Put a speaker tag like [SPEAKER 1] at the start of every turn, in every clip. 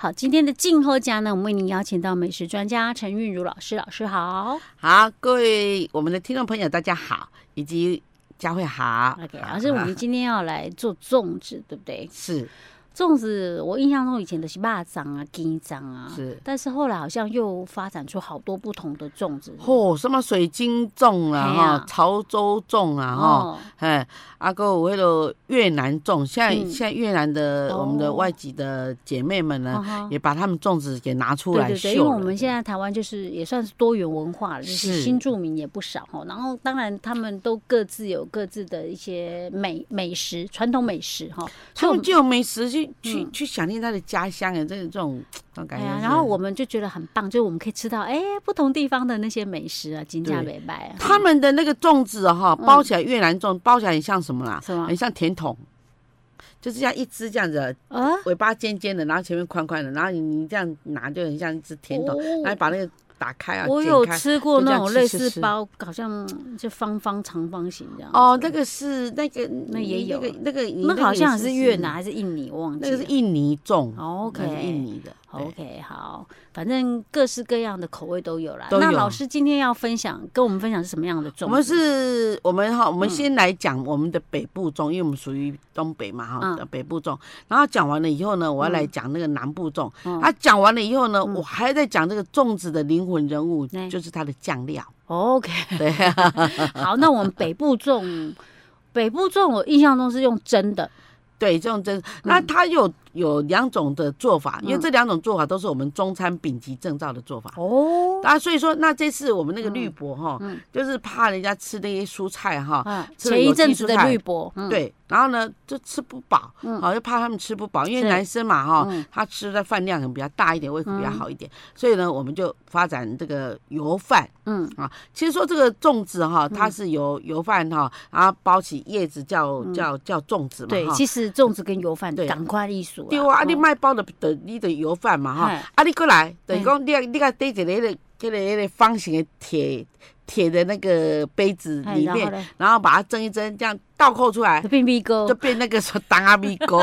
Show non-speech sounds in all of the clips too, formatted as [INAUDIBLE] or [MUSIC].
[SPEAKER 1] 好，今天的静候家呢，我们为您邀请到美食专家陈韵如老师，老师好。
[SPEAKER 2] 好，各位我们的听众朋友，大家好，以及佳慧好。啊
[SPEAKER 1] OK，老师，我们今天要来做粽子，对不对？
[SPEAKER 2] 是
[SPEAKER 1] 粽子我印象中以前都是蚂蚱啊、鸡蚱啊，
[SPEAKER 2] 是
[SPEAKER 1] 但是后来好像又发展出好多不同的粽子。
[SPEAKER 2] 嚯、什么水晶粽啊，
[SPEAKER 1] 嘿啊
[SPEAKER 2] 哈，潮州粽啊，哈，
[SPEAKER 1] 哦，
[SPEAKER 2] 哎，阿哥，我为了越南粽，现在、
[SPEAKER 1] 嗯
[SPEAKER 2] 现在越南的、
[SPEAKER 1] 哦
[SPEAKER 2] 我们的外籍的姐妹们呢，
[SPEAKER 1] 嗯哼
[SPEAKER 2] 也把他们粽子给拿出
[SPEAKER 1] 对
[SPEAKER 2] 来
[SPEAKER 1] 对对，因为
[SPEAKER 2] 秀
[SPEAKER 1] 我
[SPEAKER 2] 了。
[SPEAKER 1] 们现在台湾就是也算是多元文化了，就是
[SPEAKER 2] 是
[SPEAKER 1] 新住民也不少哦。然后当然他们都各自有各自的一些美美食，传统美食哦哈。
[SPEAKER 2] 他
[SPEAKER 1] 所以我
[SPEAKER 2] 们
[SPEAKER 1] 们
[SPEAKER 2] 就有美食去去、
[SPEAKER 1] 嗯
[SPEAKER 2] 去想念他的家乡哎，这这种这种感
[SPEAKER 1] 哎
[SPEAKER 2] 觉是、
[SPEAKER 1] 呀，然后我们就觉得很棒，就是我们可以吃到哎不同地方的那些美食啊，金价
[SPEAKER 2] 对
[SPEAKER 1] 美拜啊，
[SPEAKER 2] 他们的那个粽子哦哈、包起来越南粽包起来很像什么啦？
[SPEAKER 1] 什么
[SPEAKER 2] 很像甜筒，就是这样一只这样子，
[SPEAKER 1] 啊，
[SPEAKER 2] 尾巴尖尖的，然后前面宽宽的，然后你你这样拿就很像一只甜筒，
[SPEAKER 1] 我
[SPEAKER 2] 然后把那个打开啊，
[SPEAKER 1] 哦我
[SPEAKER 2] 剪
[SPEAKER 1] 有
[SPEAKER 2] 开
[SPEAKER 1] 吃过
[SPEAKER 2] 就这
[SPEAKER 1] 那
[SPEAKER 2] 样
[SPEAKER 1] 种
[SPEAKER 2] 吃
[SPEAKER 1] 类
[SPEAKER 2] 吃
[SPEAKER 1] 似
[SPEAKER 2] 吃
[SPEAKER 1] 包，好像嗯就方方长方形这样。
[SPEAKER 2] 哦，那个是那个
[SPEAKER 1] 那也有
[SPEAKER 2] 那个那个你
[SPEAKER 1] 那好像是越，南
[SPEAKER 2] 也
[SPEAKER 1] 还是印尼，我忘记
[SPEAKER 2] 那个是
[SPEAKER 1] 了。
[SPEAKER 2] 印尼粽
[SPEAKER 1] 哦，OK
[SPEAKER 2] 那是印尼的。对
[SPEAKER 1] OK，好，反正各式各样的口味都有啦。
[SPEAKER 2] 都
[SPEAKER 1] 那
[SPEAKER 2] 有
[SPEAKER 1] 老师今天要分享，跟我们分享是什么样的粽子？
[SPEAKER 2] 我们是，我们哈，我们先来讲我们的北部粽，因为我们属于东北嘛哈，
[SPEAKER 1] 嗯
[SPEAKER 2] 北部粽。然后讲完了以后呢，我要来
[SPEAKER 1] 嗯
[SPEAKER 2] 讲那个南部粽。
[SPEAKER 1] 嗯
[SPEAKER 2] 啊，讲完了以后呢，
[SPEAKER 1] 嗯哎
[SPEAKER 2] 我还在讲这个粽子的灵魂人物
[SPEAKER 1] 对，
[SPEAKER 2] 就是它的
[SPEAKER 1] [LAUGHS]
[SPEAKER 2] 酱料。
[SPEAKER 1] OK，
[SPEAKER 2] 对，
[SPEAKER 1] 好，那我们北部粽，北部粽我印象中是用蒸
[SPEAKER 2] [LAUGHS]
[SPEAKER 1] 的，
[SPEAKER 2] 对，这种
[SPEAKER 1] 嗯
[SPEAKER 2] 真。那它有有两种的做法，因为这两种做法都是我们中餐丙级证照的做法。
[SPEAKER 1] 哦，
[SPEAKER 2] 啊，所以说，那这次我们那个绿博哈，
[SPEAKER 1] 嗯
[SPEAKER 2] 就是怕人家吃那些蔬菜哈，
[SPEAKER 1] 啊，
[SPEAKER 2] 吃了
[SPEAKER 1] 前一
[SPEAKER 2] 有机
[SPEAKER 1] 阵子的
[SPEAKER 2] 蔬菜
[SPEAKER 1] 绿博，嗯，
[SPEAKER 2] 对，然后呢就吃不饱，
[SPEAKER 1] 嗯
[SPEAKER 2] 好、就怕他们吃不饱，因
[SPEAKER 1] 是
[SPEAKER 2] 为男生嘛哈、
[SPEAKER 1] 嗯
[SPEAKER 2] 他吃的饭量可能比较大一点，胃口比较好一点，所以呢，我们就发展这个油饭
[SPEAKER 1] 嗯，
[SPEAKER 2] 啊。其实说这个粽子哈、它是由油饭哈、然后包起叶子叫、叫叫粽子嘛
[SPEAKER 1] 嗯对，
[SPEAKER 2] 哈。
[SPEAKER 1] 其实粽子跟油饭
[SPEAKER 2] 对
[SPEAKER 1] 赶快艺术，
[SPEAKER 2] 对啊，啊你
[SPEAKER 1] 嗯
[SPEAKER 2] 卖包的的你的油饭嘛哈
[SPEAKER 1] 嗨，
[SPEAKER 2] 啊你过来，等于
[SPEAKER 1] 嗯
[SPEAKER 2] 讲你要你要对一个那个那个那个方形的铁铁的那个杯子
[SPEAKER 1] 哎
[SPEAKER 2] 里
[SPEAKER 1] 然后
[SPEAKER 2] 面，
[SPEAKER 1] 嘞，
[SPEAKER 2] 然后把它蒸一蒸，这样倒扣出来，
[SPEAKER 1] 冰冰哥
[SPEAKER 2] 就，变那个说当阿米糕，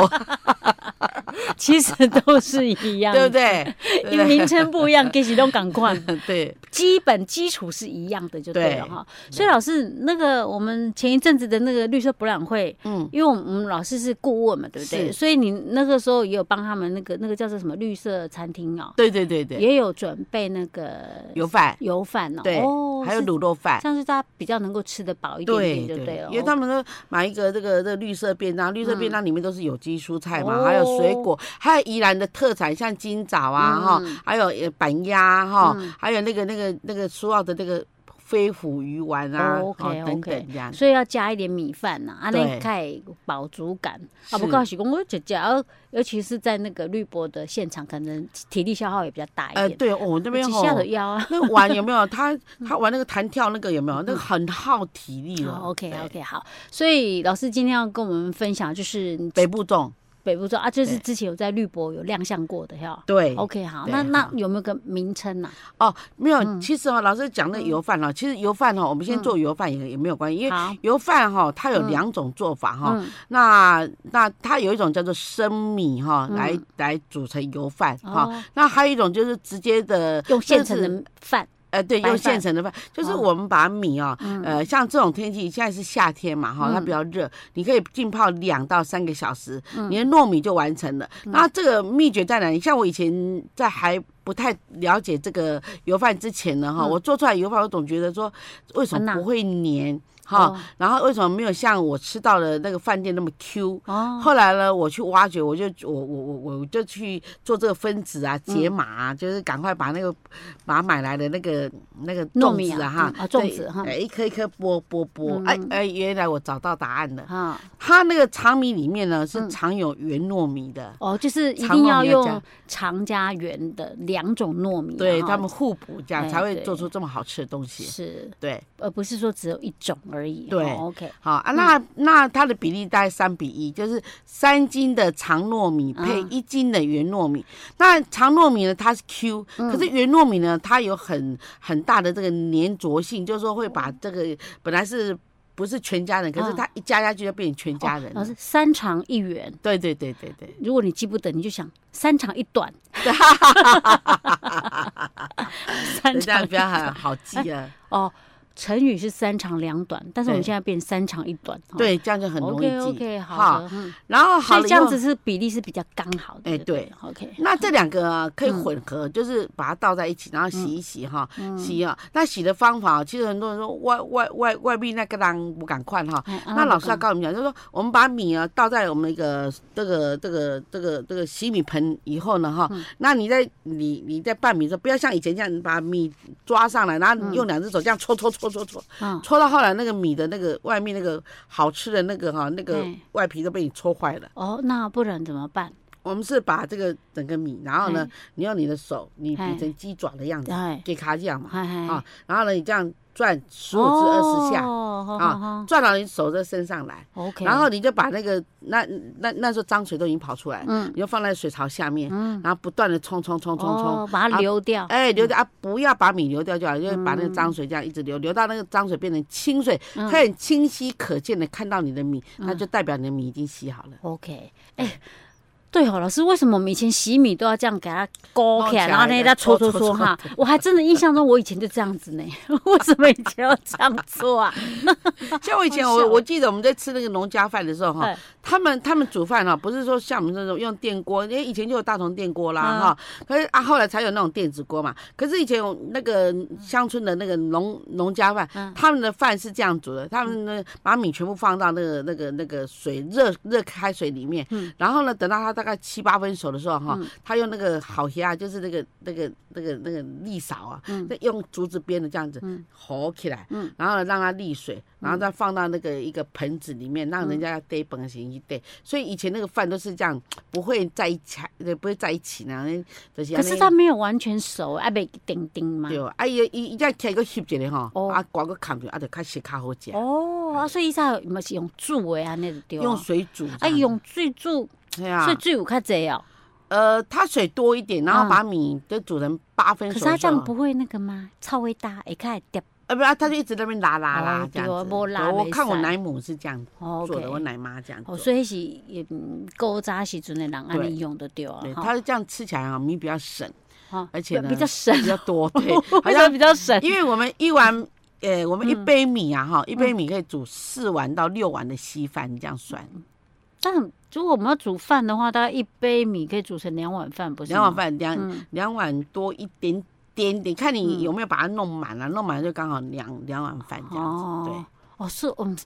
[SPEAKER 1] [LAUGHS] 其实都是一样，
[SPEAKER 2] 对不？对？
[SPEAKER 1] [LAUGHS] 因为
[SPEAKER 2] [LAUGHS]
[SPEAKER 1] 名称不一样，其实都赶快，
[SPEAKER 2] 对 [LAUGHS]
[SPEAKER 1] 基本基础是一样的就对了
[SPEAKER 2] 对
[SPEAKER 1] 哈。所以老师，那个我们前一阵子的那个绿色博览会，
[SPEAKER 2] 嗯，
[SPEAKER 1] 因为我们我们老师是顾问嘛，对不对？
[SPEAKER 2] 是
[SPEAKER 1] 所以你那个时候也有帮他们那个那个叫做什么绿色餐厅哦，
[SPEAKER 2] 对对对对，
[SPEAKER 1] 也有准备那个
[SPEAKER 2] 油饭
[SPEAKER 1] 油饭哦，
[SPEAKER 2] 对
[SPEAKER 1] 哦，
[SPEAKER 2] 还有
[SPEAKER 1] 是
[SPEAKER 2] 卤肉饭。
[SPEAKER 1] 这样是大家比较能够吃得饱一点
[SPEAKER 2] 对
[SPEAKER 1] 点就
[SPEAKER 2] 对
[SPEAKER 1] 对了，哦嗯
[SPEAKER 2] 因为他们都买一个这个这个绿色便当，绿色便当里面都是有机蔬菜
[SPEAKER 1] 哦
[SPEAKER 2] 嘛，还有水果，还有宜兰的特产，像金枣啊哈
[SPEAKER 1] 嗯，
[SPEAKER 2] 还有呃板鸭哈
[SPEAKER 1] 嗯，
[SPEAKER 2] 还有那个那个那个苏澳的那个飞虎鱼丸啊
[SPEAKER 1] 哦，，OK，
[SPEAKER 2] 哦等
[SPEAKER 1] OK
[SPEAKER 2] 等这样。
[SPEAKER 1] 所以要加一点米饭呐、啊，那
[SPEAKER 2] 对
[SPEAKER 1] 才有饱足感。啊，
[SPEAKER 2] 是
[SPEAKER 1] 不告诉我姐姐，而哦尤其是在那个绿博的现场，可能体力消耗也比较大一
[SPEAKER 2] 呃，
[SPEAKER 1] 点。
[SPEAKER 2] 对，我那边
[SPEAKER 1] 几
[SPEAKER 2] 吼，
[SPEAKER 1] 下的腰啊。
[SPEAKER 2] 那个玩有没有？他
[SPEAKER 1] [LAUGHS]
[SPEAKER 2] 他玩那个弹跳那个有没有？那个很耗体力了。
[SPEAKER 1] 好，OK
[SPEAKER 2] 对
[SPEAKER 1] OK，好。所以老师今天要跟我们分享，就是你
[SPEAKER 2] 北部粽，
[SPEAKER 1] 北部粽啊，就是
[SPEAKER 2] 对
[SPEAKER 1] 之前有在绿博有亮相过的哈。
[SPEAKER 2] 对
[SPEAKER 1] OK，好，
[SPEAKER 2] 对
[SPEAKER 1] 那那
[SPEAKER 2] 好
[SPEAKER 1] 有没有个名称啊呐、
[SPEAKER 2] 哦，没
[SPEAKER 1] 嗯
[SPEAKER 2] 有，其实哦，老师讲那油饭哦，其实油饭哦，我们先做油饭也也没有关系，因为 [LAUGHS] 哦
[SPEAKER 1] 好，
[SPEAKER 2] 油饭哈，它有两种做法哈。
[SPEAKER 1] 嗯，
[SPEAKER 2] 那那它有一种叫做生米哈，
[SPEAKER 1] 嗯
[SPEAKER 2] 来来煮成油饭哈。
[SPEAKER 1] 哦，
[SPEAKER 2] 那还有一种就是直接的
[SPEAKER 1] 用现成，
[SPEAKER 2] 就是
[SPEAKER 1] 的饭，
[SPEAKER 2] 呃，对，
[SPEAKER 1] 白
[SPEAKER 2] 用
[SPEAKER 1] 饭
[SPEAKER 2] 现成的饭，就是
[SPEAKER 1] 哦
[SPEAKER 2] 我们把米啊，
[SPEAKER 1] 嗯
[SPEAKER 2] 呃，像这种天气现在是夏天嘛哈，它
[SPEAKER 1] 嗯
[SPEAKER 2] 比较热，你可以浸泡两到三个小时，
[SPEAKER 1] 嗯
[SPEAKER 2] 你的糯米就完成了。然后这个秘诀在哪里？像我以前在还不太了解这个油饭之前呢哈，
[SPEAKER 1] 嗯
[SPEAKER 2] 我做出来油饭，我总觉得说为什
[SPEAKER 1] 很
[SPEAKER 2] 么
[SPEAKER 1] 难
[SPEAKER 2] 不会粘哈
[SPEAKER 1] 哦，
[SPEAKER 2] 然后为什么没有像我吃到的那个饭店那么 Q？
[SPEAKER 1] 哦，
[SPEAKER 2] 后来呢，我去挖掘，我就我我我我就去做这个分子啊，
[SPEAKER 1] 嗯
[SPEAKER 2] 解码啊，就是赶快把那个把买来的那个那个
[SPEAKER 1] 糯
[SPEAKER 2] 粽
[SPEAKER 1] 米啊
[SPEAKER 2] 子啊哈
[SPEAKER 1] 嗯啊粽子哈
[SPEAKER 2] 对哎一颗一颗剥剥剥
[SPEAKER 1] 嗯，
[SPEAKER 2] 哎哎，原来我找到答案了，
[SPEAKER 1] 啊，
[SPEAKER 2] 它那个长米里面呢是
[SPEAKER 1] 嗯
[SPEAKER 2] 藏有圆糯米的。
[SPEAKER 1] 哦，就是一
[SPEAKER 2] 长
[SPEAKER 1] 定
[SPEAKER 2] 糯
[SPEAKER 1] 要
[SPEAKER 2] 米要
[SPEAKER 1] 用
[SPEAKER 2] 加
[SPEAKER 1] 长加圆的两种糯米啊，
[SPEAKER 2] 对
[SPEAKER 1] 哈
[SPEAKER 2] 他们互补，这样
[SPEAKER 1] 哎
[SPEAKER 2] 才会
[SPEAKER 1] 对
[SPEAKER 2] 做出这么好吃的东西。
[SPEAKER 1] 是，
[SPEAKER 2] 对，
[SPEAKER 1] 而不是说只有一种而已。
[SPEAKER 2] 对
[SPEAKER 1] 哦，OK，
[SPEAKER 2] 好啊，那那它的比例大概三比一，就是三斤的长糯米配
[SPEAKER 1] 嗯
[SPEAKER 2] 一斤的圆糯米。那长糯米呢，它是 Q，可
[SPEAKER 1] 嗯
[SPEAKER 2] 是圆糯米呢，它有很很大的这个粘着性，就是说会把这个本来是不是全家人，可
[SPEAKER 1] 嗯
[SPEAKER 2] 是
[SPEAKER 1] 哦
[SPEAKER 2] 它一加下去就变成全家人
[SPEAKER 1] 老
[SPEAKER 2] 了。
[SPEAKER 1] 师三长一圆， [LAUGHS]
[SPEAKER 2] 对对对对对， [LAUGHS]
[SPEAKER 1] 如果你记不得，你就想三长一短，三
[SPEAKER 2] 人
[SPEAKER 1] 长
[SPEAKER 2] 家比较好好记啊。
[SPEAKER 1] 哦，成语是三长两短，但是我们
[SPEAKER 2] 对
[SPEAKER 1] 现在变三长一短。 [LAUGHS] 哦，
[SPEAKER 2] 对，这样就很容易
[SPEAKER 1] OK
[SPEAKER 2] 记。
[SPEAKER 1] OK，好
[SPEAKER 2] 哈
[SPEAKER 1] 的，嗯
[SPEAKER 2] 然后好
[SPEAKER 1] 所以
[SPEAKER 2] 了以
[SPEAKER 1] 这样
[SPEAKER 2] 后
[SPEAKER 1] 子，是比例是比较刚好的。
[SPEAKER 2] 哎
[SPEAKER 1] 不
[SPEAKER 2] 对
[SPEAKER 1] ，OK，
[SPEAKER 2] 那这两个啊可以混合，就是把它倒在一起，然后洗一洗哈，洗啊。那洗的方法，哦其实很多人说外外外外面那个当不敢看哈。
[SPEAKER 1] 哎
[SPEAKER 2] 那老师要
[SPEAKER 1] 刚
[SPEAKER 2] 告诉我们讲，啊就是说我们把米啊倒在我们一个这个这个这个这个洗米盆以后呢，哈，那你在你你在拌米的时候，不要像以前这样，你把米抓上来，然后你用两只手这样搓搓搓搓搓，
[SPEAKER 1] 嗯
[SPEAKER 2] 搓到后来那个米的那个外面那个好吃的那个哈那个
[SPEAKER 1] 哎
[SPEAKER 2] 外皮都被你搓坏了。
[SPEAKER 1] 哦，那不然怎么办？
[SPEAKER 2] 我们是把这个整个米，然后呢
[SPEAKER 1] 哎，
[SPEAKER 2] 你用你的手，你
[SPEAKER 1] 哎
[SPEAKER 2] 比成鸡爪的样子，
[SPEAKER 1] 哎
[SPEAKER 2] 给卡这样嘛，
[SPEAKER 1] 哎哎，
[SPEAKER 2] 啊，然后呢，你这样转十五至二十下，
[SPEAKER 1] 啊
[SPEAKER 2] 啊转到你手这身上来，
[SPEAKER 1] ，OK，
[SPEAKER 2] 然后你就把那个那那那时候脏水都已经跑出来，
[SPEAKER 1] 嗯
[SPEAKER 2] 了，你就放在水槽下面，
[SPEAKER 1] 嗯，
[SPEAKER 2] 然后不断的冲冲冲冲
[SPEAKER 1] 哦嗯
[SPEAKER 2] 冲，
[SPEAKER 1] 把它
[SPEAKER 2] 啊
[SPEAKER 1] 流掉。
[SPEAKER 2] 哎，流掉啊，不要把米流掉就好，就是把那个脏水这样一直流，流到那个脏水变成清水，
[SPEAKER 1] 嗯
[SPEAKER 2] 可以很清晰可见的看到你的米，那就代表你的米已经洗好了。
[SPEAKER 1] OK，哎、对哦，老师，为什么我们以前洗米都要这样给它勾起来，然后呢再搓搓搓哈？我还真的印象中我以前就这样子呢， [LAUGHS] 为什么以前要这样做
[SPEAKER 2] [LAUGHS]
[SPEAKER 1] 啊？ [LAUGHS]
[SPEAKER 2] 像我以前，
[SPEAKER 1] 好笑哦
[SPEAKER 2] 我我记得我们在吃那个农家饭的时候哈
[SPEAKER 1] 哎，
[SPEAKER 2] 他们他们煮饭哈，啊不是说像我们这种用电锅，因为以前就有大同电锅啦
[SPEAKER 1] 嗯
[SPEAKER 2] 哈，可是啊后来才有那种电子锅嘛。可是以前我那个乡村的那个农农家饭
[SPEAKER 1] 嗯，
[SPEAKER 2] 他们的饭是这样煮的，他们呢把米全部放到那个那个那个水热热开水里面
[SPEAKER 1] 嗯，
[SPEAKER 2] 然后呢等到它大概七八分熟的时候哈，他用那个好虾啊，就是那个那个那个那个利勺啊，那用竹子编的这样子
[SPEAKER 1] 嗯
[SPEAKER 2] 吼起来，
[SPEAKER 1] 嗯
[SPEAKER 2] 然后呢让它沥水，然后再放到那个一个盆子里面，让人
[SPEAKER 1] 嗯
[SPEAKER 2] 家要逮本的行一逮。所以以前那个饭都是这样，不会在一起，对，不会在一起呢。那就是
[SPEAKER 1] 可
[SPEAKER 2] 这样
[SPEAKER 1] 是它没有完全熟，啊，被叮叮嘛
[SPEAKER 2] 对。哦，啊伊伊伊再开个翕一下吼，
[SPEAKER 1] 哦
[SPEAKER 2] 啊刮个砍掉，啊就较实较好食。
[SPEAKER 1] 哦，啊，所以伊有嘛是用煮的啊安尼就对了。
[SPEAKER 2] 用水煮，
[SPEAKER 1] 啊，用水煮，
[SPEAKER 2] 对
[SPEAKER 1] 所以
[SPEAKER 2] 啊，
[SPEAKER 1] 水有较济哦。
[SPEAKER 2] 呃，它水多一点，然后
[SPEAKER 1] 嗯
[SPEAKER 2] 把米都煮成八分
[SPEAKER 1] 可
[SPEAKER 2] 熟
[SPEAKER 1] 是
[SPEAKER 2] 的时候。
[SPEAKER 1] 它这样不会那个吗？臭味大，会较会掉。
[SPEAKER 2] 呃，不，啊他就一直在那边拉拉拉
[SPEAKER 1] 哦
[SPEAKER 2] 这样
[SPEAKER 1] 对哦
[SPEAKER 2] 子。
[SPEAKER 1] 没拉
[SPEAKER 2] 对我
[SPEAKER 1] 没
[SPEAKER 2] 看我
[SPEAKER 1] 散
[SPEAKER 2] 奶母是这样
[SPEAKER 1] 哦
[SPEAKER 2] 做的，我
[SPEAKER 1] ，OK。
[SPEAKER 2] 奶妈这样做
[SPEAKER 1] 哦，。所以是嗯，古早时阵的人安
[SPEAKER 2] 对
[SPEAKER 1] 尼用就对了
[SPEAKER 2] 对，
[SPEAKER 1] 哈
[SPEAKER 2] 它是这样吃起来啊，米比较省，
[SPEAKER 1] 哈
[SPEAKER 2] 而且呢
[SPEAKER 1] 比较省，
[SPEAKER 2] 比较
[SPEAKER 1] [LAUGHS]
[SPEAKER 2] 多， [LAUGHS] 对，好
[SPEAKER 1] 为什么
[SPEAKER 2] 像
[SPEAKER 1] 比较嗯省？
[SPEAKER 2] 因为我们一碗，呃，我们一杯米啊，哈，一杯
[SPEAKER 1] 嗯
[SPEAKER 2] 米可以煮四碗到六碗的稀饭，你这样算，
[SPEAKER 1] 嗯但如果我们要煮饭的话，大概一杯米可以煮成两碗饭，不是吗？
[SPEAKER 2] 两碗饭两
[SPEAKER 1] 嗯，
[SPEAKER 2] 两碗多一点点点，看你有没有把它弄满了，弄满就刚好两两碗饭这样子，
[SPEAKER 1] 哦，哦，是，嗯，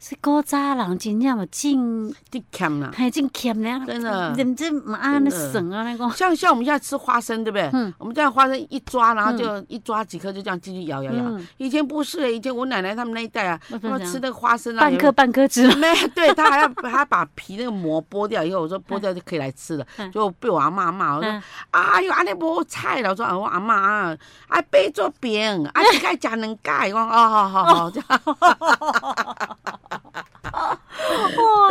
[SPEAKER 1] 是古早人真正嘛，真
[SPEAKER 2] 对，就欠啦。
[SPEAKER 1] 还真欠呢，
[SPEAKER 2] 真的
[SPEAKER 1] 人真唔安尼
[SPEAKER 2] 真的
[SPEAKER 1] 省啊，那个，
[SPEAKER 2] 像像我们现在吃花生，对不对？
[SPEAKER 1] 嗯
[SPEAKER 2] 我们这样花生一抓，然后就一抓几颗，就这样继续摇摇摇。
[SPEAKER 1] 嗯
[SPEAKER 2] 以前不是、以前我奶奶他们那一代啊，
[SPEAKER 1] 那
[SPEAKER 2] 他
[SPEAKER 1] 不
[SPEAKER 2] 们
[SPEAKER 1] 是
[SPEAKER 2] 吃
[SPEAKER 1] 这样
[SPEAKER 2] 那个花生啊，
[SPEAKER 1] 半
[SPEAKER 2] 有
[SPEAKER 1] 颗半颗吃了，
[SPEAKER 2] 没有，对他还要他把皮那个膜剥掉以后，我说剥掉就可以来吃了，
[SPEAKER 1] 嗯
[SPEAKER 2] 就被我阿妈骂，我说
[SPEAKER 1] 嗯
[SPEAKER 2] 哎呦，安尼无菜了，我说啊我阿妈啊，啊白做饼，啊一盖食两盖，我说哦好好好，这样
[SPEAKER 1] [LAUGHS] 哇，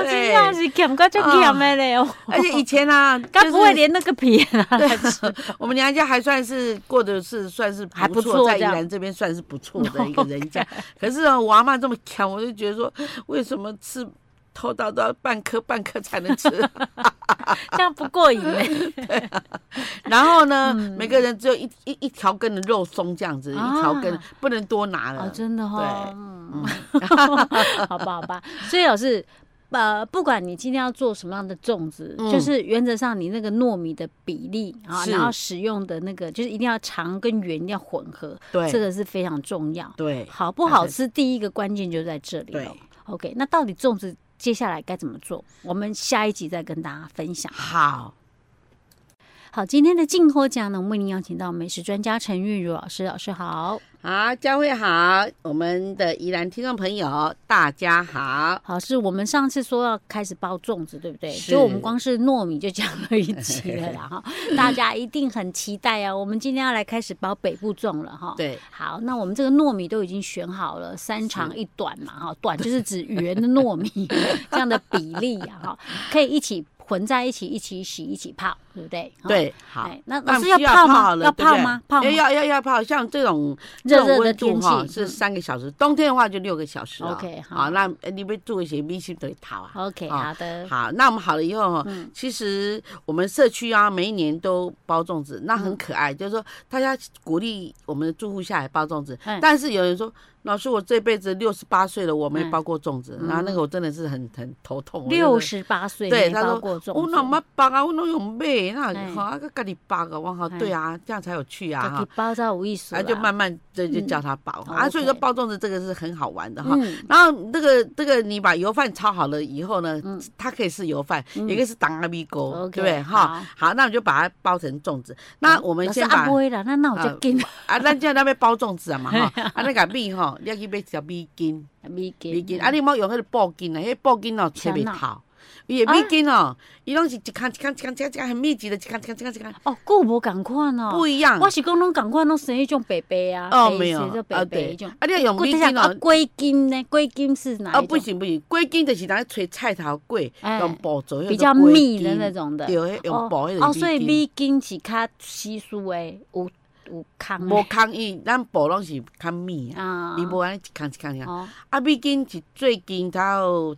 [SPEAKER 2] 对
[SPEAKER 1] 真正是欠个就欠的嘞哦，
[SPEAKER 2] 而且以前
[SPEAKER 1] [LAUGHS]
[SPEAKER 2] 啊，
[SPEAKER 1] 该不会
[SPEAKER 2] 就是
[SPEAKER 1] 连那个皮啊拿来吃？
[SPEAKER 2] [LAUGHS] 我们娘家还算是过得是算是
[SPEAKER 1] 还不
[SPEAKER 2] 错，
[SPEAKER 1] 错
[SPEAKER 2] 在宜
[SPEAKER 1] 这样
[SPEAKER 2] 兰这边算是不错的一个人家。可是啊，我阿妈这么强，我就觉得说，为什么吃偷到都要半颗半颗才能吃？
[SPEAKER 1] [LAUGHS] 这样不过瘾嘞，
[SPEAKER 2] 然后呢，
[SPEAKER 1] 嗯
[SPEAKER 2] 每个人只有一一一条根的肉松这样子，
[SPEAKER 1] 啊
[SPEAKER 2] 一条根不能多拿了。
[SPEAKER 1] 哦，真的哈
[SPEAKER 2] 对，
[SPEAKER 1] 嗯 [LAUGHS] 好吧，好吧，所以老师。呃，不管你今天要做什么样的粽子，
[SPEAKER 2] 嗯
[SPEAKER 1] 就是原则上你那个糯米的比例啊，
[SPEAKER 2] 是
[SPEAKER 1] 然后使用的那个，就是一定要长跟圆一定要混合，
[SPEAKER 2] 对
[SPEAKER 1] 这个是非常重要。
[SPEAKER 2] 对，
[SPEAKER 1] 好不好吃，第一个关键就在这里了
[SPEAKER 2] 对。
[SPEAKER 1] OK，那到底粽子接下来该怎么做？我们下一集再跟大家分享。
[SPEAKER 2] 好，
[SPEAKER 1] 好，今天的静候奖呢，我们为您邀请到美食专家陈韵如老师，老师好。
[SPEAKER 2] 好，佳慧好，我们的宜兰听众朋友大家好，
[SPEAKER 1] 好，是我们上次说要开始包粽子，对不对？
[SPEAKER 2] 是
[SPEAKER 1] 就我们光是糯米就讲了
[SPEAKER 2] [LAUGHS]
[SPEAKER 1] 一集了啦哈，大家一定很期待啊！我们今天要来开始包北部粽了哈。。
[SPEAKER 2] 对，
[SPEAKER 1] 好，那我们这个糯米都已经选好了，三长一短嘛哈，短就是指圆的 [LAUGHS] 糯米这样的比例啊哈，可以一起混在一起，一起洗，一起泡。对不对？哦，
[SPEAKER 2] 对，好
[SPEAKER 1] 哎。那
[SPEAKER 2] 那
[SPEAKER 1] 老师
[SPEAKER 2] 我们
[SPEAKER 1] 要
[SPEAKER 2] 需
[SPEAKER 1] 泡
[SPEAKER 2] 泡
[SPEAKER 1] 吗？
[SPEAKER 2] 了
[SPEAKER 1] 要
[SPEAKER 2] 对不
[SPEAKER 1] 泡
[SPEAKER 2] 对
[SPEAKER 1] 吗？泡
[SPEAKER 2] 要
[SPEAKER 1] 吗
[SPEAKER 2] 要要要泡，像这种这
[SPEAKER 1] 热
[SPEAKER 2] 种
[SPEAKER 1] 热的
[SPEAKER 2] 温度
[SPEAKER 1] 天
[SPEAKER 2] 哈
[SPEAKER 1] 气
[SPEAKER 2] 是
[SPEAKER 1] 嗯
[SPEAKER 2] 三个小时，冬天的话就六个小时啊
[SPEAKER 1] OK，好
[SPEAKER 2] 好，那呃你们做一些米线等于淘啊。
[SPEAKER 1] ？OK，
[SPEAKER 2] 啊
[SPEAKER 1] 好的，
[SPEAKER 2] 好，那我们好了以后哈，
[SPEAKER 1] 嗯
[SPEAKER 2] 其实我们社区啊，每一年都包粽子，那
[SPEAKER 1] 嗯
[SPEAKER 2] 很可爱。就是说，大家鼓励我们的住户下来包粽子。
[SPEAKER 1] 嗯
[SPEAKER 2] 但是有人说，老师，我这辈子六十八岁了，我没
[SPEAKER 1] 嗯
[SPEAKER 2] 包过粽子。
[SPEAKER 1] 嗯
[SPEAKER 2] 然后那个我真的是很很头痛。我就
[SPEAKER 1] 六
[SPEAKER 2] 是，
[SPEAKER 1] 十八岁
[SPEAKER 2] 对
[SPEAKER 1] 没
[SPEAKER 2] 他
[SPEAKER 1] 包
[SPEAKER 2] 说
[SPEAKER 1] 过粽
[SPEAKER 2] 我哪
[SPEAKER 1] 子，
[SPEAKER 2] 么包啊？我哪有买？那
[SPEAKER 1] 哎
[SPEAKER 2] 好啊，跟你包个，我好
[SPEAKER 1] 哎
[SPEAKER 2] 对啊，这样才有趣啊。
[SPEAKER 1] 自
[SPEAKER 2] 哈
[SPEAKER 1] 己，包到无意思
[SPEAKER 2] 啊，
[SPEAKER 1] 啦，
[SPEAKER 2] 就慢慢这就
[SPEAKER 1] 嗯
[SPEAKER 2] 叫他包
[SPEAKER 1] 好
[SPEAKER 2] 啊。所以说
[SPEAKER 1] OK
[SPEAKER 2] 包粽子这个是很好玩的哈。
[SPEAKER 1] 嗯，
[SPEAKER 2] 然后这个这个你把油饭炒好了以后呢，
[SPEAKER 1] 嗯
[SPEAKER 2] 它可以是油饭，
[SPEAKER 1] 嗯
[SPEAKER 2] 也可以是当阿米糕，
[SPEAKER 1] OK，
[SPEAKER 2] 对不对？哈，好，那我就把它包成粽子。那我们
[SPEAKER 1] 老师
[SPEAKER 2] 先
[SPEAKER 1] 啊
[SPEAKER 2] 把
[SPEAKER 1] 不会啦，那那我
[SPEAKER 2] 呃
[SPEAKER 1] 就跟
[SPEAKER 2] 啊，咱在那边包粽子啊
[SPEAKER 1] [LAUGHS]
[SPEAKER 2] 嘛哈，啊那个米哈，你要去买条米筋，
[SPEAKER 1] 米给
[SPEAKER 2] 米筋，啊你莫用迄个布筋啊，迄布筋哦切袂
[SPEAKER 1] 啥
[SPEAKER 2] 透，伊的米
[SPEAKER 1] 啊
[SPEAKER 2] 筋哦，伊拢是一看一看一看一看很密集的，一看一看一看一看
[SPEAKER 1] 哦，够无共款哦，
[SPEAKER 2] 不一样。
[SPEAKER 1] 我是讲拢共款，拢生迄种白白啊，
[SPEAKER 2] 哦，
[SPEAKER 1] 白
[SPEAKER 2] 没有
[SPEAKER 1] 色这，
[SPEAKER 2] 啊
[SPEAKER 1] 白白
[SPEAKER 2] 对
[SPEAKER 1] 迄种，。
[SPEAKER 2] 啊你要用
[SPEAKER 1] 我
[SPEAKER 2] 米
[SPEAKER 1] 在想
[SPEAKER 2] 筋
[SPEAKER 1] 啊
[SPEAKER 2] 哦，，
[SPEAKER 1] 龟金呢？龟金是哪
[SPEAKER 2] 啊
[SPEAKER 1] 一
[SPEAKER 2] 不
[SPEAKER 1] 种？
[SPEAKER 2] 行不行，粿筋就是咱吹菜头粿，
[SPEAKER 1] 哎
[SPEAKER 2] 用布做那
[SPEAKER 1] 比
[SPEAKER 2] 个
[SPEAKER 1] 较
[SPEAKER 2] 粿
[SPEAKER 1] 密的
[SPEAKER 2] 筋
[SPEAKER 1] 那种的。
[SPEAKER 2] 对，用薄迄
[SPEAKER 1] 哦，所以
[SPEAKER 2] 米
[SPEAKER 1] 米筋是较稀疏诶，有有空
[SPEAKER 2] 无
[SPEAKER 1] 的
[SPEAKER 2] 空伊，咱薄拢是较密啊，
[SPEAKER 1] 啊
[SPEAKER 2] 伊无安尼一空一空啊。
[SPEAKER 1] 哦
[SPEAKER 2] 啊，米筋是最近到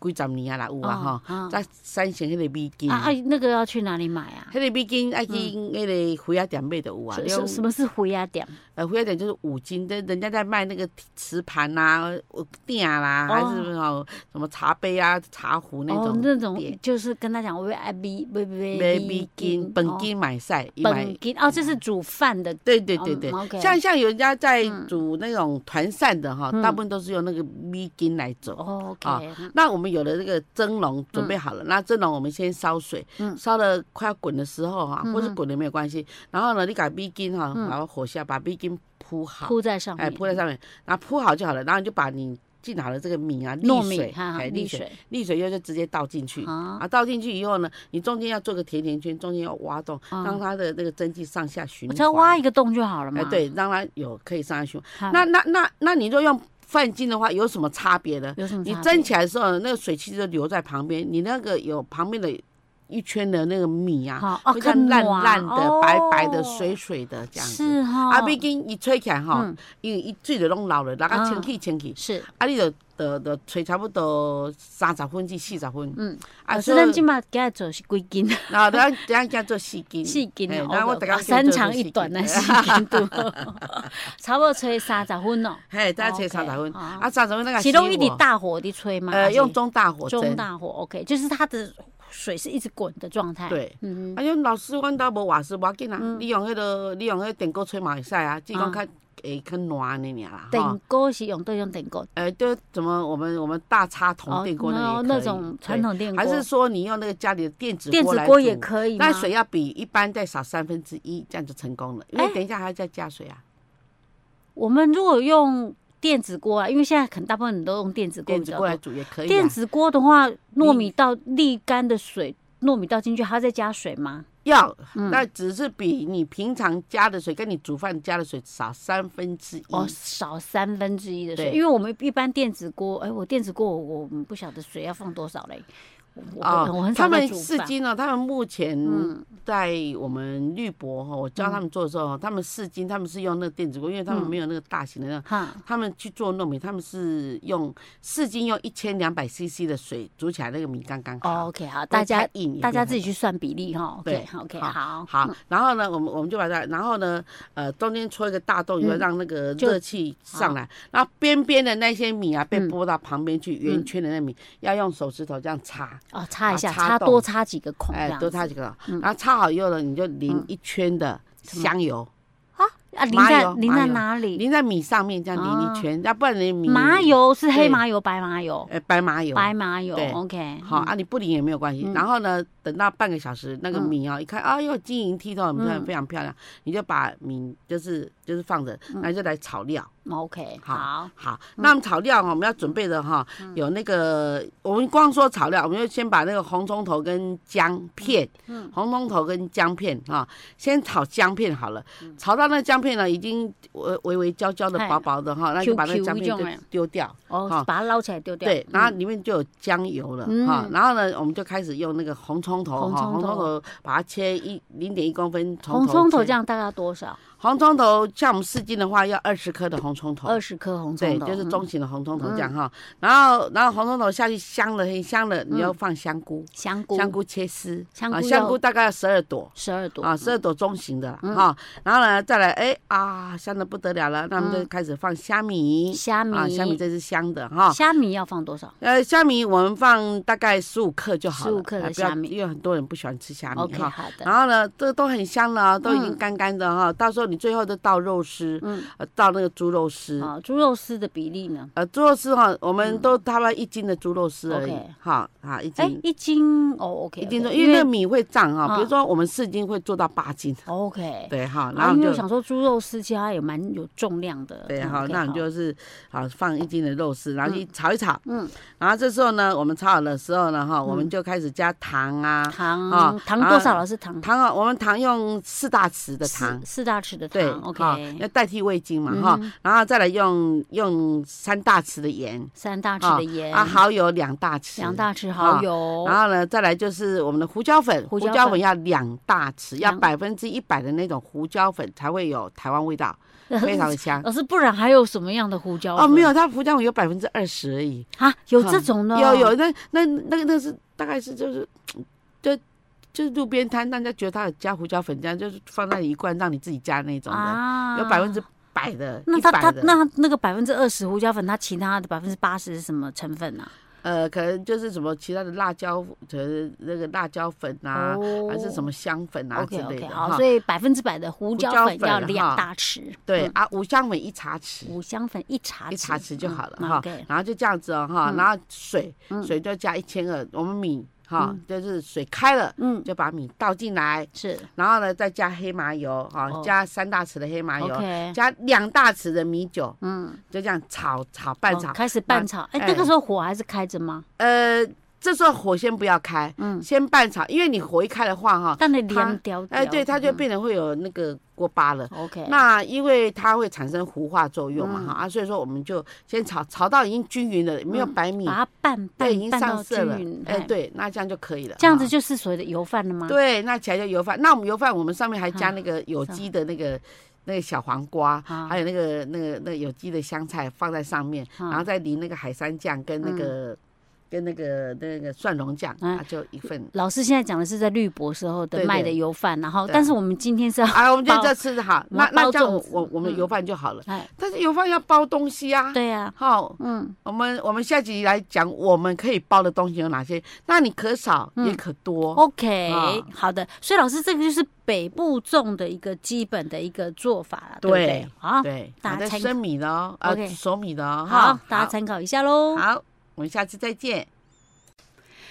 [SPEAKER 2] 几十年啊啦有啊
[SPEAKER 1] 哦
[SPEAKER 2] 吼，
[SPEAKER 1] 哦
[SPEAKER 2] 才产生迄个米筋。
[SPEAKER 1] 啊啊
[SPEAKER 2] 迄，
[SPEAKER 1] 那个要去哪里买啊？
[SPEAKER 2] 个米筋爱去迄个虎牙店买就有啊，
[SPEAKER 1] 什
[SPEAKER 2] 了
[SPEAKER 1] 什什么是啊虎牙店？
[SPEAKER 2] 呃虎牙店就是五金，但人家在卖那个瓷盘啊、呃鼎啦，还是哦什么茶杯啊、茶壶那
[SPEAKER 1] 哦
[SPEAKER 2] 种，
[SPEAKER 1] 那种
[SPEAKER 2] 店
[SPEAKER 1] 就是跟他讲，我要爱米，不不
[SPEAKER 2] 买米筋、本，筋买晒，伊
[SPEAKER 1] 哦
[SPEAKER 2] 买嗯
[SPEAKER 1] 本筋哦，这是煮饭的
[SPEAKER 2] 对对对对
[SPEAKER 1] 嗯，OK，
[SPEAKER 2] 像像有人家在
[SPEAKER 1] 嗯
[SPEAKER 2] 煮那种团扇的哈，
[SPEAKER 1] 嗯
[SPEAKER 2] 大部分都是用那个米筋来做。
[SPEAKER 1] 哦
[SPEAKER 2] 啊
[SPEAKER 1] ，OK，嗯
[SPEAKER 2] 那我们有了这个蒸笼准备好了，那蒸笼我们先烧水，
[SPEAKER 1] 嗯
[SPEAKER 2] 烧的快要滚的时候哈，
[SPEAKER 1] 嗯
[SPEAKER 2] 或是滚了没有关系。然后呢，你把米筋哈，
[SPEAKER 1] 嗯
[SPEAKER 2] 然后火下把米筋铺好，
[SPEAKER 1] 铺嗯在上
[SPEAKER 2] 哎，
[SPEAKER 1] 面，
[SPEAKER 2] 铺在上面，然后铺好就好了。然后你就把你进好的这个米啊，
[SPEAKER 1] 糯
[SPEAKER 2] 沥
[SPEAKER 1] 米
[SPEAKER 2] 水，
[SPEAKER 1] 哈，
[SPEAKER 2] 哎，
[SPEAKER 1] 沥
[SPEAKER 2] 沥水，，沥水又就直接倒进去。
[SPEAKER 1] 啊，
[SPEAKER 2] 啊，倒进去以后呢，你中间要做个甜甜圈，中间要挖洞，
[SPEAKER 1] 嗯
[SPEAKER 2] 让它的那个蒸汽上下循
[SPEAKER 1] 我
[SPEAKER 2] 环。
[SPEAKER 1] 只要挖一个洞就好了
[SPEAKER 2] 哎，
[SPEAKER 1] 嘛。
[SPEAKER 2] 对，让它有可以上来循
[SPEAKER 1] 哈，
[SPEAKER 2] 环。那那那那你若用饭巾的话，有什么差别呢？
[SPEAKER 1] 有什么
[SPEAKER 2] 你
[SPEAKER 1] 差别？
[SPEAKER 2] 蒸起来的时候，那个水汽就留在旁边，你那个有旁边的一圈的那个米啊，
[SPEAKER 1] 好哦，
[SPEAKER 2] 会像
[SPEAKER 1] 更
[SPEAKER 2] 烂
[SPEAKER 1] 软
[SPEAKER 2] 烂的、白白的、
[SPEAKER 1] 哦
[SPEAKER 2] 水水的这样子。
[SPEAKER 1] 是哈，
[SPEAKER 2] 啊，毕竟一吹起来哈
[SPEAKER 1] 嗯，
[SPEAKER 2] 因为一水就拢老了，那个
[SPEAKER 1] 嗯
[SPEAKER 2] 清气清气，
[SPEAKER 1] 是，
[SPEAKER 2] 啊，你就就就吹差不多三十分至四十分。
[SPEAKER 1] 嗯，
[SPEAKER 2] 啊，
[SPEAKER 1] 老
[SPEAKER 2] 所
[SPEAKER 1] 师，
[SPEAKER 2] 以
[SPEAKER 1] 咱今嘛加做是几斤？ [LAUGHS]
[SPEAKER 2] 然后咱咱叫做四斤，
[SPEAKER 1] 四斤
[SPEAKER 2] 嘿
[SPEAKER 1] 哦，
[SPEAKER 2] 然后哎我
[SPEAKER 1] 哦
[SPEAKER 2] 大家
[SPEAKER 1] 哦三长一短啊
[SPEAKER 2] [LAUGHS]
[SPEAKER 1] 的四斤度， [LAUGHS] 差不多吹三十分哦。
[SPEAKER 2] 嘿，大家吹
[SPEAKER 1] OK，
[SPEAKER 2] 三十分，
[SPEAKER 1] 好
[SPEAKER 2] 啊，三十分 [LAUGHS] 那个
[SPEAKER 1] 其中一
[SPEAKER 2] 洗
[SPEAKER 1] 滴
[SPEAKER 2] 我
[SPEAKER 1] 大火的吹嘛，还
[SPEAKER 2] 呃，
[SPEAKER 1] 是
[SPEAKER 2] 用中大火蒸
[SPEAKER 1] 中。大火，OK，就是它的水是一直滚的状态。
[SPEAKER 2] 对，
[SPEAKER 1] 嗯
[SPEAKER 2] 啊，用老师，阮兜无瓦斯，无要紧啊。
[SPEAKER 1] 嗯
[SPEAKER 2] 你用迄个，你用迄个电锅吹嘛会使啊，只是讲较会较暖的尔啦
[SPEAKER 1] 哼，。
[SPEAKER 2] 哈
[SPEAKER 1] 电锅是用对用电锅，哦
[SPEAKER 2] 呃，就怎么我们我们大插筒电锅那
[SPEAKER 1] 那
[SPEAKER 2] 也可以
[SPEAKER 1] 那种传，统电
[SPEAKER 2] 对
[SPEAKER 1] 锅，
[SPEAKER 2] 还是说你用那个家里的电子
[SPEAKER 1] 电
[SPEAKER 2] 锅
[SPEAKER 1] 子
[SPEAKER 2] 来
[SPEAKER 1] 锅也
[SPEAKER 2] 煮
[SPEAKER 1] 可以吗？
[SPEAKER 2] 那水要比一般再少三分之一，这样就成功了。因为
[SPEAKER 1] 哎
[SPEAKER 2] 等一下还要再加水啊，
[SPEAKER 1] 我们如果用电子锅啊，因为现在很大部分人都用电子锅
[SPEAKER 2] 电
[SPEAKER 1] 比
[SPEAKER 2] 子
[SPEAKER 1] 较
[SPEAKER 2] 锅来
[SPEAKER 1] 多。
[SPEAKER 2] 煮也可以啊。
[SPEAKER 1] 电子锅的话，糯
[SPEAKER 2] 你
[SPEAKER 1] 米到沥干的水，糯米倒进去，还要再加水吗？
[SPEAKER 2] 要，
[SPEAKER 1] 嗯
[SPEAKER 2] 那只是比你平常加的水跟你煮饭加的水少三分之一。
[SPEAKER 1] 哦，少三分之一的水，
[SPEAKER 2] 嗯对
[SPEAKER 1] 因为我们一般电子锅，哎，我电子锅我我不晓得水要放多少嘞，我我、
[SPEAKER 2] 啊，
[SPEAKER 1] 我很
[SPEAKER 2] 他
[SPEAKER 1] 少在
[SPEAKER 2] 们
[SPEAKER 1] 煮
[SPEAKER 2] 试
[SPEAKER 1] 饭。
[SPEAKER 2] 金哦呢，他们目前
[SPEAKER 1] 嗯
[SPEAKER 2] 在我们绿博哦哈，我教他们做的时候，他们试金，他们是用那个电子锅，因为他们
[SPEAKER 1] 嗯
[SPEAKER 2] 没有那个大型的那。
[SPEAKER 1] 哈，
[SPEAKER 2] 他们去做糯米，他们是用四斤用一千两百 CC 的水煮起来，那个米刚刚
[SPEAKER 1] 哦
[SPEAKER 2] 好。
[SPEAKER 1] OK 好，
[SPEAKER 2] 不会
[SPEAKER 1] 大
[SPEAKER 2] 太
[SPEAKER 1] 家
[SPEAKER 2] 硬也
[SPEAKER 1] 大
[SPEAKER 2] 不会
[SPEAKER 1] 家自
[SPEAKER 2] 太
[SPEAKER 1] 己去算比例哈。
[SPEAKER 2] 对
[SPEAKER 1] OK OK
[SPEAKER 2] 好
[SPEAKER 1] 好，
[SPEAKER 2] 好，然后呢，我们我们就把它，然后呢，呃，中间戳一个大洞，以后
[SPEAKER 1] 嗯
[SPEAKER 2] 让那个
[SPEAKER 1] 就
[SPEAKER 2] 热气上来，然后边边的那些米啊，被
[SPEAKER 1] 嗯
[SPEAKER 2] 拨到旁边去，圆圈的那米要用手指头这样擦，
[SPEAKER 1] 哦擦
[SPEAKER 2] 好
[SPEAKER 1] 一下，
[SPEAKER 2] 插
[SPEAKER 1] 擦
[SPEAKER 2] 洞
[SPEAKER 1] 多擦几个哦孔这
[SPEAKER 2] 哎，
[SPEAKER 1] 样
[SPEAKER 2] 多
[SPEAKER 1] 子
[SPEAKER 2] 擦几个，然后擦好以后呢，你就淋
[SPEAKER 1] 嗯
[SPEAKER 2] 一圈的香油，
[SPEAKER 1] 啊，淋
[SPEAKER 2] 麻
[SPEAKER 1] 在
[SPEAKER 2] 油
[SPEAKER 1] 淋
[SPEAKER 2] 麻
[SPEAKER 1] 在
[SPEAKER 2] 油
[SPEAKER 1] 哪里？
[SPEAKER 2] 淋在米上面，这样淋一圈，要不然你米
[SPEAKER 1] 哦麻，油是
[SPEAKER 2] 对
[SPEAKER 1] 黑麻油、白麻油、
[SPEAKER 2] 呃，白麻油，
[SPEAKER 1] 白麻油
[SPEAKER 2] 对
[SPEAKER 1] ，OK，
[SPEAKER 2] 好
[SPEAKER 1] 嗯
[SPEAKER 2] 啊，你不淋也没有关系。
[SPEAKER 1] 嗯
[SPEAKER 2] 然后呢，等到半个小时，那个
[SPEAKER 1] 嗯
[SPEAKER 2] 米啊，一看，啊，又晶莹剔透，很漂亮，
[SPEAKER 1] 嗯
[SPEAKER 2] 非常漂亮。你就把米就是就是放着，然后就来炒料。
[SPEAKER 1] 嗯 OK，
[SPEAKER 2] 好
[SPEAKER 1] 好，
[SPEAKER 2] 好，那我们炒料哈，我们要准备的哈，有那个我们光说炒料，我们就先把那个红葱头跟姜片，
[SPEAKER 1] 嗯
[SPEAKER 2] 红葱头跟姜片哈，先炒姜片好了，炒到那个姜片呢已经微微微焦焦的、
[SPEAKER 1] 哎
[SPEAKER 2] 薄薄的哈，那就把那个
[SPEAKER 1] QQ
[SPEAKER 2] 姜片
[SPEAKER 1] 那
[SPEAKER 2] 就
[SPEAKER 1] 种哎
[SPEAKER 2] 丢掉，
[SPEAKER 1] 哦
[SPEAKER 2] 好，
[SPEAKER 1] 把它捞起来丢掉。
[SPEAKER 2] 对，
[SPEAKER 1] 嗯
[SPEAKER 2] 然后里面就有姜油了
[SPEAKER 1] 嗯
[SPEAKER 2] 哈，然后呢，我们就开始用那个红葱头
[SPEAKER 1] 红葱
[SPEAKER 2] 哈，
[SPEAKER 1] 头
[SPEAKER 2] 红葱头把它切一零点一公分，
[SPEAKER 1] 红葱头
[SPEAKER 2] 切
[SPEAKER 1] 这，样大概要多少？
[SPEAKER 2] 红葱头像我们四斤的话要二十颗的红葱头，
[SPEAKER 1] 二十颗红葱，
[SPEAKER 2] 对
[SPEAKER 1] 头，
[SPEAKER 2] 就是
[SPEAKER 1] 嗯
[SPEAKER 2] 中型的红葱头这样哈。然后，然后红葱头下去香了，很香了，你要放香菇，
[SPEAKER 1] 香嗯菇，
[SPEAKER 2] 香菇切丝，
[SPEAKER 1] 香菇
[SPEAKER 2] 啊，
[SPEAKER 1] 要
[SPEAKER 2] 香菇大概要十二朵。
[SPEAKER 1] 十二朵嗯
[SPEAKER 2] 啊，十二朵中型的啦哈，然后呢，再来，哎啊，香的不得了了，那我们就开始放虾米，
[SPEAKER 1] 嗯虾米
[SPEAKER 2] 啊，虾米这啊是香的哈，
[SPEAKER 1] 虾米要放多少？
[SPEAKER 2] 呃，虾米我们放大概十五克就好了，
[SPEAKER 1] 15克的
[SPEAKER 2] 啊不要
[SPEAKER 1] 虾米
[SPEAKER 2] 因为很多人不喜欢吃虾米
[SPEAKER 1] OK，
[SPEAKER 2] 哈，
[SPEAKER 1] 好的，
[SPEAKER 2] 然后呢，这都很香了，都已经
[SPEAKER 1] 嗯
[SPEAKER 2] 干干的哈，到时候你最后就倒肉丝，
[SPEAKER 1] 嗯
[SPEAKER 2] 呃倒那个猪肉丝，
[SPEAKER 1] 啊，猪肉丝的比例呢？
[SPEAKER 2] 呃，猪肉丝哈，我们都差不多一斤的猪肉丝而已
[SPEAKER 1] 嗯 OK，
[SPEAKER 2] 哈啊，一
[SPEAKER 1] 哎，
[SPEAKER 2] 斤
[SPEAKER 1] 一斤哦，OK，
[SPEAKER 2] 一斤重，因为那个米会胀哈，
[SPEAKER 1] 嗯
[SPEAKER 2] 比如说我们四斤会做到八斤，
[SPEAKER 1] OK，
[SPEAKER 2] 对哈，然
[SPEAKER 1] 然
[SPEAKER 2] 后
[SPEAKER 1] 后啊因
[SPEAKER 2] 你
[SPEAKER 1] 为我
[SPEAKER 2] 就
[SPEAKER 1] 想说猪肉丝其实它也蛮有重量的，
[SPEAKER 2] 对
[SPEAKER 1] 嗯
[SPEAKER 2] 哈，
[SPEAKER 1] ，OK，
[SPEAKER 2] 那你就是啊放一斤的肉丝，然后去炒一炒，
[SPEAKER 1] 嗯，
[SPEAKER 2] 然后这时候呢，我们炒好的时候呢哈，我们就开始加糖啊，
[SPEAKER 1] 糖
[SPEAKER 2] 啊
[SPEAKER 1] 糖
[SPEAKER 2] 然后
[SPEAKER 1] 多少？老师糖
[SPEAKER 2] 糖啊，我们糖用四大匙的
[SPEAKER 1] 四
[SPEAKER 2] 糖。
[SPEAKER 1] 四大匙的
[SPEAKER 2] 对
[SPEAKER 1] 糖
[SPEAKER 2] 哈
[SPEAKER 1] ，OK，嗯
[SPEAKER 2] 要代替味精嘛哈，然后再来用用三大匙的盐
[SPEAKER 1] 三大匙的盐
[SPEAKER 2] 啊，，蚝油两大匙，
[SPEAKER 1] 两大匙蚝油，
[SPEAKER 2] 然后呢，再来就是我们的胡椒粉，
[SPEAKER 1] 哦胡
[SPEAKER 2] 胡
[SPEAKER 1] 椒粉
[SPEAKER 2] 椒粉要两大匙，要
[SPEAKER 1] 两
[SPEAKER 2] 百分之一百的那种胡椒粉才会有台湾
[SPEAKER 1] [LAUGHS]
[SPEAKER 2] 味道，非常的香。
[SPEAKER 1] 老师，不然还有什么样的胡椒？
[SPEAKER 2] 哦，没有，它胡椒粉有百分之二十而已。
[SPEAKER 1] 啊，有这种的，
[SPEAKER 2] 有有，那那那个那是大概是就是，就就是路边摊，大家觉得它有加胡椒粉，这样就是放在一罐让你自己加那种的，
[SPEAKER 1] 啊
[SPEAKER 2] 有百分之百的，
[SPEAKER 1] 那
[SPEAKER 2] 一
[SPEAKER 1] 它它
[SPEAKER 2] 百的，
[SPEAKER 1] 那那个百分之二十胡椒粉，它其他的百分之八十是什么成分啊？
[SPEAKER 2] 呃，可能就是什么其他的辣椒，呃，那个辣椒粉啊，
[SPEAKER 1] 哦
[SPEAKER 2] 还是什么香粉啊
[SPEAKER 1] OK
[SPEAKER 2] 之类
[SPEAKER 1] OK，
[SPEAKER 2] 的
[SPEAKER 1] 好，
[SPEAKER 2] 哈
[SPEAKER 1] 所。以百分之百的胡椒
[SPEAKER 2] 椒
[SPEAKER 1] 粉要
[SPEAKER 2] 粉
[SPEAKER 1] 两
[SPEAKER 2] 哈
[SPEAKER 1] 大匙，
[SPEAKER 2] 对
[SPEAKER 1] 嗯，
[SPEAKER 2] 啊，五香粉一茶匙。
[SPEAKER 1] 五香粉一茶匙，
[SPEAKER 2] 一茶匙就好了
[SPEAKER 1] 嗯
[SPEAKER 2] 哈
[SPEAKER 1] OK，，
[SPEAKER 2] 然后就这样子哦哈，然后水水就加一千二，我们米哈就是水开了
[SPEAKER 1] 嗯，
[SPEAKER 2] 就把米倒进来，
[SPEAKER 1] 是
[SPEAKER 2] 然后呢再加黑麻油哈
[SPEAKER 1] 哦，
[SPEAKER 2] 加三大匙的黑麻油，
[SPEAKER 1] OK，
[SPEAKER 2] 加两大匙的米酒，
[SPEAKER 1] 嗯，
[SPEAKER 2] 就这样炒炒拌
[SPEAKER 1] 哦
[SPEAKER 2] 炒。
[SPEAKER 1] 开始拌炒，哎，
[SPEAKER 2] 哎
[SPEAKER 1] 那个时候火还是开着吗？
[SPEAKER 2] 呃，这时候火先不要开，
[SPEAKER 1] 嗯，
[SPEAKER 2] 先拌炒，因为你火一开的话哈，
[SPEAKER 1] 但你
[SPEAKER 2] 它
[SPEAKER 1] 凉掉，
[SPEAKER 2] 啊哎，对，它就变成会有那个锅巴了。
[SPEAKER 1] 嗯 OK，
[SPEAKER 2] 那因为它会产生糊化作用嘛
[SPEAKER 1] 嗯
[SPEAKER 2] 哈、啊，所以说我们就先炒炒到已经均匀了，没有
[SPEAKER 1] 嗯
[SPEAKER 2] 白米，
[SPEAKER 1] 把它拌
[SPEAKER 2] 对，已
[SPEAKER 1] 拌拌
[SPEAKER 2] 经上
[SPEAKER 1] 到
[SPEAKER 2] 色
[SPEAKER 1] 均
[SPEAKER 2] 了
[SPEAKER 1] 匀，，
[SPEAKER 2] 哎，
[SPEAKER 1] 嗨，
[SPEAKER 2] 对，那这样就可以了，
[SPEAKER 1] 这样子
[SPEAKER 2] 哈。
[SPEAKER 1] 就是所谓的油饭了吗？
[SPEAKER 2] 对，那起来就油饭。那我们油饭，我们上面还加那个有机的那个那个小黄瓜，
[SPEAKER 1] 啊
[SPEAKER 2] 还有那个那个那个有机的香菜放在上面，
[SPEAKER 1] 啊
[SPEAKER 2] 然后再淋那个海山酱跟那个、跟那个那个蒜蓉酱，
[SPEAKER 1] 嗯
[SPEAKER 2] 啊，就一
[SPEAKER 1] [LAUGHS]
[SPEAKER 2] 份。
[SPEAKER 1] 老师现在讲的是在绿博时候的
[SPEAKER 2] 对
[SPEAKER 1] 卖
[SPEAKER 2] 对
[SPEAKER 1] 的油饭，然后
[SPEAKER 2] 对啊
[SPEAKER 1] 但是我们今天是要
[SPEAKER 2] [LAUGHS] 啊，我们就
[SPEAKER 1] 包
[SPEAKER 2] 这吃的好，
[SPEAKER 1] 我
[SPEAKER 2] 那
[SPEAKER 1] 们
[SPEAKER 2] 那
[SPEAKER 1] 包
[SPEAKER 2] 这样
[SPEAKER 1] 粽
[SPEAKER 2] 我
[SPEAKER 1] 子
[SPEAKER 2] 我我们
[SPEAKER 1] 嗯
[SPEAKER 2] 的油饭就好了。
[SPEAKER 1] 哎，
[SPEAKER 2] 但是油饭要包东西啊，
[SPEAKER 1] 对呀，
[SPEAKER 2] 好、
[SPEAKER 1] 嗯，
[SPEAKER 2] 我们我们下集来讲我们可以包的东西有哪些，那你可少
[SPEAKER 1] 嗯
[SPEAKER 2] 也可
[SPEAKER 1] 哦
[SPEAKER 2] 多。
[SPEAKER 1] OK，、
[SPEAKER 2] 啊
[SPEAKER 1] 好的，所以老师，这个就是北部粽的一个基本的一个做法了，对不
[SPEAKER 2] 对
[SPEAKER 1] 对？好，
[SPEAKER 2] 对，
[SPEAKER 1] 大
[SPEAKER 2] 好
[SPEAKER 1] 家
[SPEAKER 2] 的，
[SPEAKER 1] 参
[SPEAKER 2] 生米的哦，呃，
[SPEAKER 1] 哦 OK
[SPEAKER 2] 熟米的哦，
[SPEAKER 1] 好
[SPEAKER 2] 哈，
[SPEAKER 1] 大家参考一下喽。
[SPEAKER 2] 好，我们下次再见。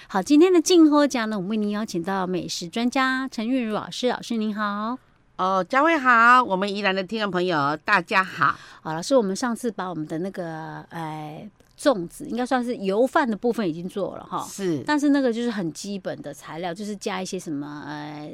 [SPEAKER 1] 好，今天的静候家呢，我们为您邀请到美食专家陈韵如老师，老师您好。
[SPEAKER 2] 哦，嘉惠好，我们宜兰的听众朋友大家好。
[SPEAKER 1] 好，老师，我们上次把我们的那个呃粽子，应该算是油饭的部分已经做了哈，
[SPEAKER 2] 是，
[SPEAKER 1] 但是那个就是很基本的材料，就是加一些什么呃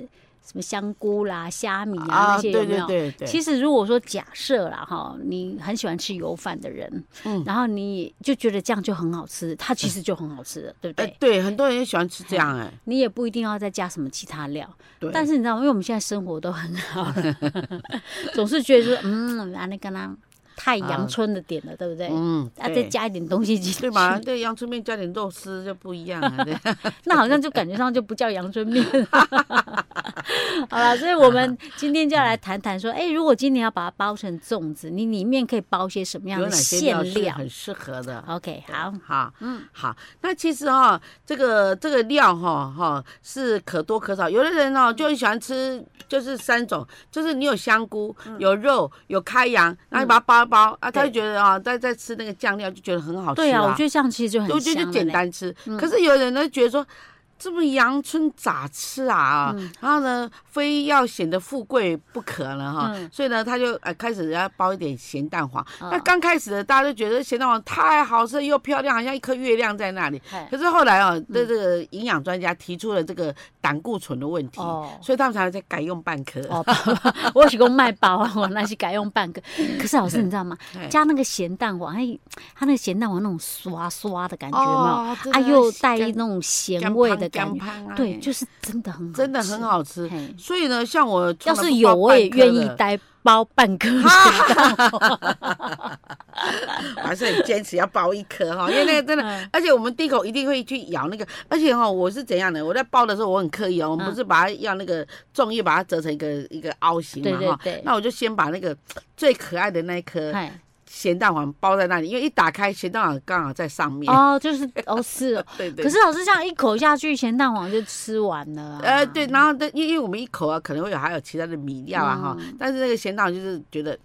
[SPEAKER 1] 什么香菇啦、虾米啊那些
[SPEAKER 2] 对
[SPEAKER 1] 有没
[SPEAKER 2] 对
[SPEAKER 1] 有？
[SPEAKER 2] 对对，
[SPEAKER 1] 其实如果说假设啦哈，你很喜欢吃油饭的人，
[SPEAKER 2] 嗯
[SPEAKER 1] 然后你就觉得这样就很好吃，它其实就很好吃了，对不
[SPEAKER 2] 哎
[SPEAKER 1] 对？
[SPEAKER 2] 对，很多人也喜欢吃这样哎，
[SPEAKER 1] 你也不一定要再加什么其他料，
[SPEAKER 2] 对，
[SPEAKER 1] 但是你知道吗，因为我们现在生活都很好， [LAUGHS] 总是觉得说，嗯，啊那个呢，太阳春的点了，对不对？
[SPEAKER 2] 嗯，
[SPEAKER 1] 啊，再
[SPEAKER 2] 对
[SPEAKER 1] 加一点东西进去，
[SPEAKER 2] 对嘛，对，阳春面加点肉丝就不一样了，对，
[SPEAKER 1] [LAUGHS] 那好像就感觉上就不叫阳春面 [LAUGHS] 了。好了，所以我
[SPEAKER 2] [LAUGHS]
[SPEAKER 1] 们今天就要来谈谈说，哎、如果今年要把它包成粽子，你里面可以包些什么样
[SPEAKER 2] 有
[SPEAKER 1] 的
[SPEAKER 2] 哪些料
[SPEAKER 1] 馅
[SPEAKER 2] 是
[SPEAKER 1] 料
[SPEAKER 2] 很适合的？
[SPEAKER 1] ？OK，好，
[SPEAKER 2] 好，嗯，好，那其实哈、这个这个料哈、哈、是可多可少，有的人哦就很喜欢吃，就是三种，就是你有香菇，有肉，有开洋，然后你把它包一包、啊，他就觉得啊、在在吃那个酱料就觉得很好吃
[SPEAKER 1] 啊
[SPEAKER 2] 啊
[SPEAKER 1] 对啊，我觉得这样其实就很
[SPEAKER 2] 我
[SPEAKER 1] 香
[SPEAKER 2] 觉得就
[SPEAKER 1] 了
[SPEAKER 2] 简
[SPEAKER 1] 嘞。
[SPEAKER 2] 单吃。可是有人呢觉得说。这么阳春咋吃啊？
[SPEAKER 1] 嗯
[SPEAKER 2] 然后呢，非要显得富贵不可了哈。
[SPEAKER 1] 嗯
[SPEAKER 2] 所以呢，他就呃开始要包一点咸蛋黄。
[SPEAKER 1] 嗯
[SPEAKER 2] 那刚开始呢，大家都觉得咸蛋黄太好吃又漂亮，好像一颗月亮在那里。
[SPEAKER 1] 嘿
[SPEAKER 2] 可是后来哦，
[SPEAKER 1] 嗯
[SPEAKER 2] 这这个营养专家提出了这个胆固醇的问题，
[SPEAKER 1] 哦
[SPEAKER 2] 所以他们才在改用半颗。
[SPEAKER 1] 哦， [LAUGHS] 我是讲卖包啊，我那是改用半个。可是老师，你知道吗？
[SPEAKER 2] 哎
[SPEAKER 1] 加那个咸蛋黄，哎，它那个咸蛋黄那种刷刷的感觉嘛，
[SPEAKER 2] 哦真的
[SPEAKER 1] 啊，又带
[SPEAKER 2] 干
[SPEAKER 1] 那种咸味的感
[SPEAKER 2] 干
[SPEAKER 1] 觉，
[SPEAKER 2] 香啊
[SPEAKER 1] 对，
[SPEAKER 2] 哎
[SPEAKER 1] 就是真的很好，
[SPEAKER 2] 真的很。好吃。
[SPEAKER 1] 嘿
[SPEAKER 2] 所以呢，像我
[SPEAKER 1] 要
[SPEAKER 2] 从来
[SPEAKER 1] 是
[SPEAKER 2] 不
[SPEAKER 1] 有，
[SPEAKER 2] 包
[SPEAKER 1] 我也
[SPEAKER 2] 半颗
[SPEAKER 1] 愿意
[SPEAKER 2] 的
[SPEAKER 1] 带包半颗
[SPEAKER 2] [LAUGHS]
[SPEAKER 1] [LAUGHS]
[SPEAKER 2] 我还是很坚持要包一颗哈，因为那个真的
[SPEAKER 1] 嗯，
[SPEAKER 2] 而且我们第一口一定会去咬那个，而且哈，我是怎样的？我在包的时候我很刻意哦，我们
[SPEAKER 1] 嗯
[SPEAKER 2] 不是把它要那个粽叶把它折成一个一个凹形嘛
[SPEAKER 1] 对嗯
[SPEAKER 2] 哈
[SPEAKER 1] 对对，
[SPEAKER 2] 那我就先把那个最可爱的那一颗
[SPEAKER 1] 嘿
[SPEAKER 2] 咸蛋黄包在那里，因为一打开咸蛋黄刚好在上面，
[SPEAKER 1] 哦，就是哦是哦，
[SPEAKER 2] [LAUGHS] 对对。
[SPEAKER 1] 可是老师这样一口下去，咸蛋黄就吃完了、啊。
[SPEAKER 2] 呃，对，然后呢因为因为我们一口啊，可能会有还有其他的米料啊哈，
[SPEAKER 1] 嗯
[SPEAKER 2] 但是那个咸蛋黄就是觉得，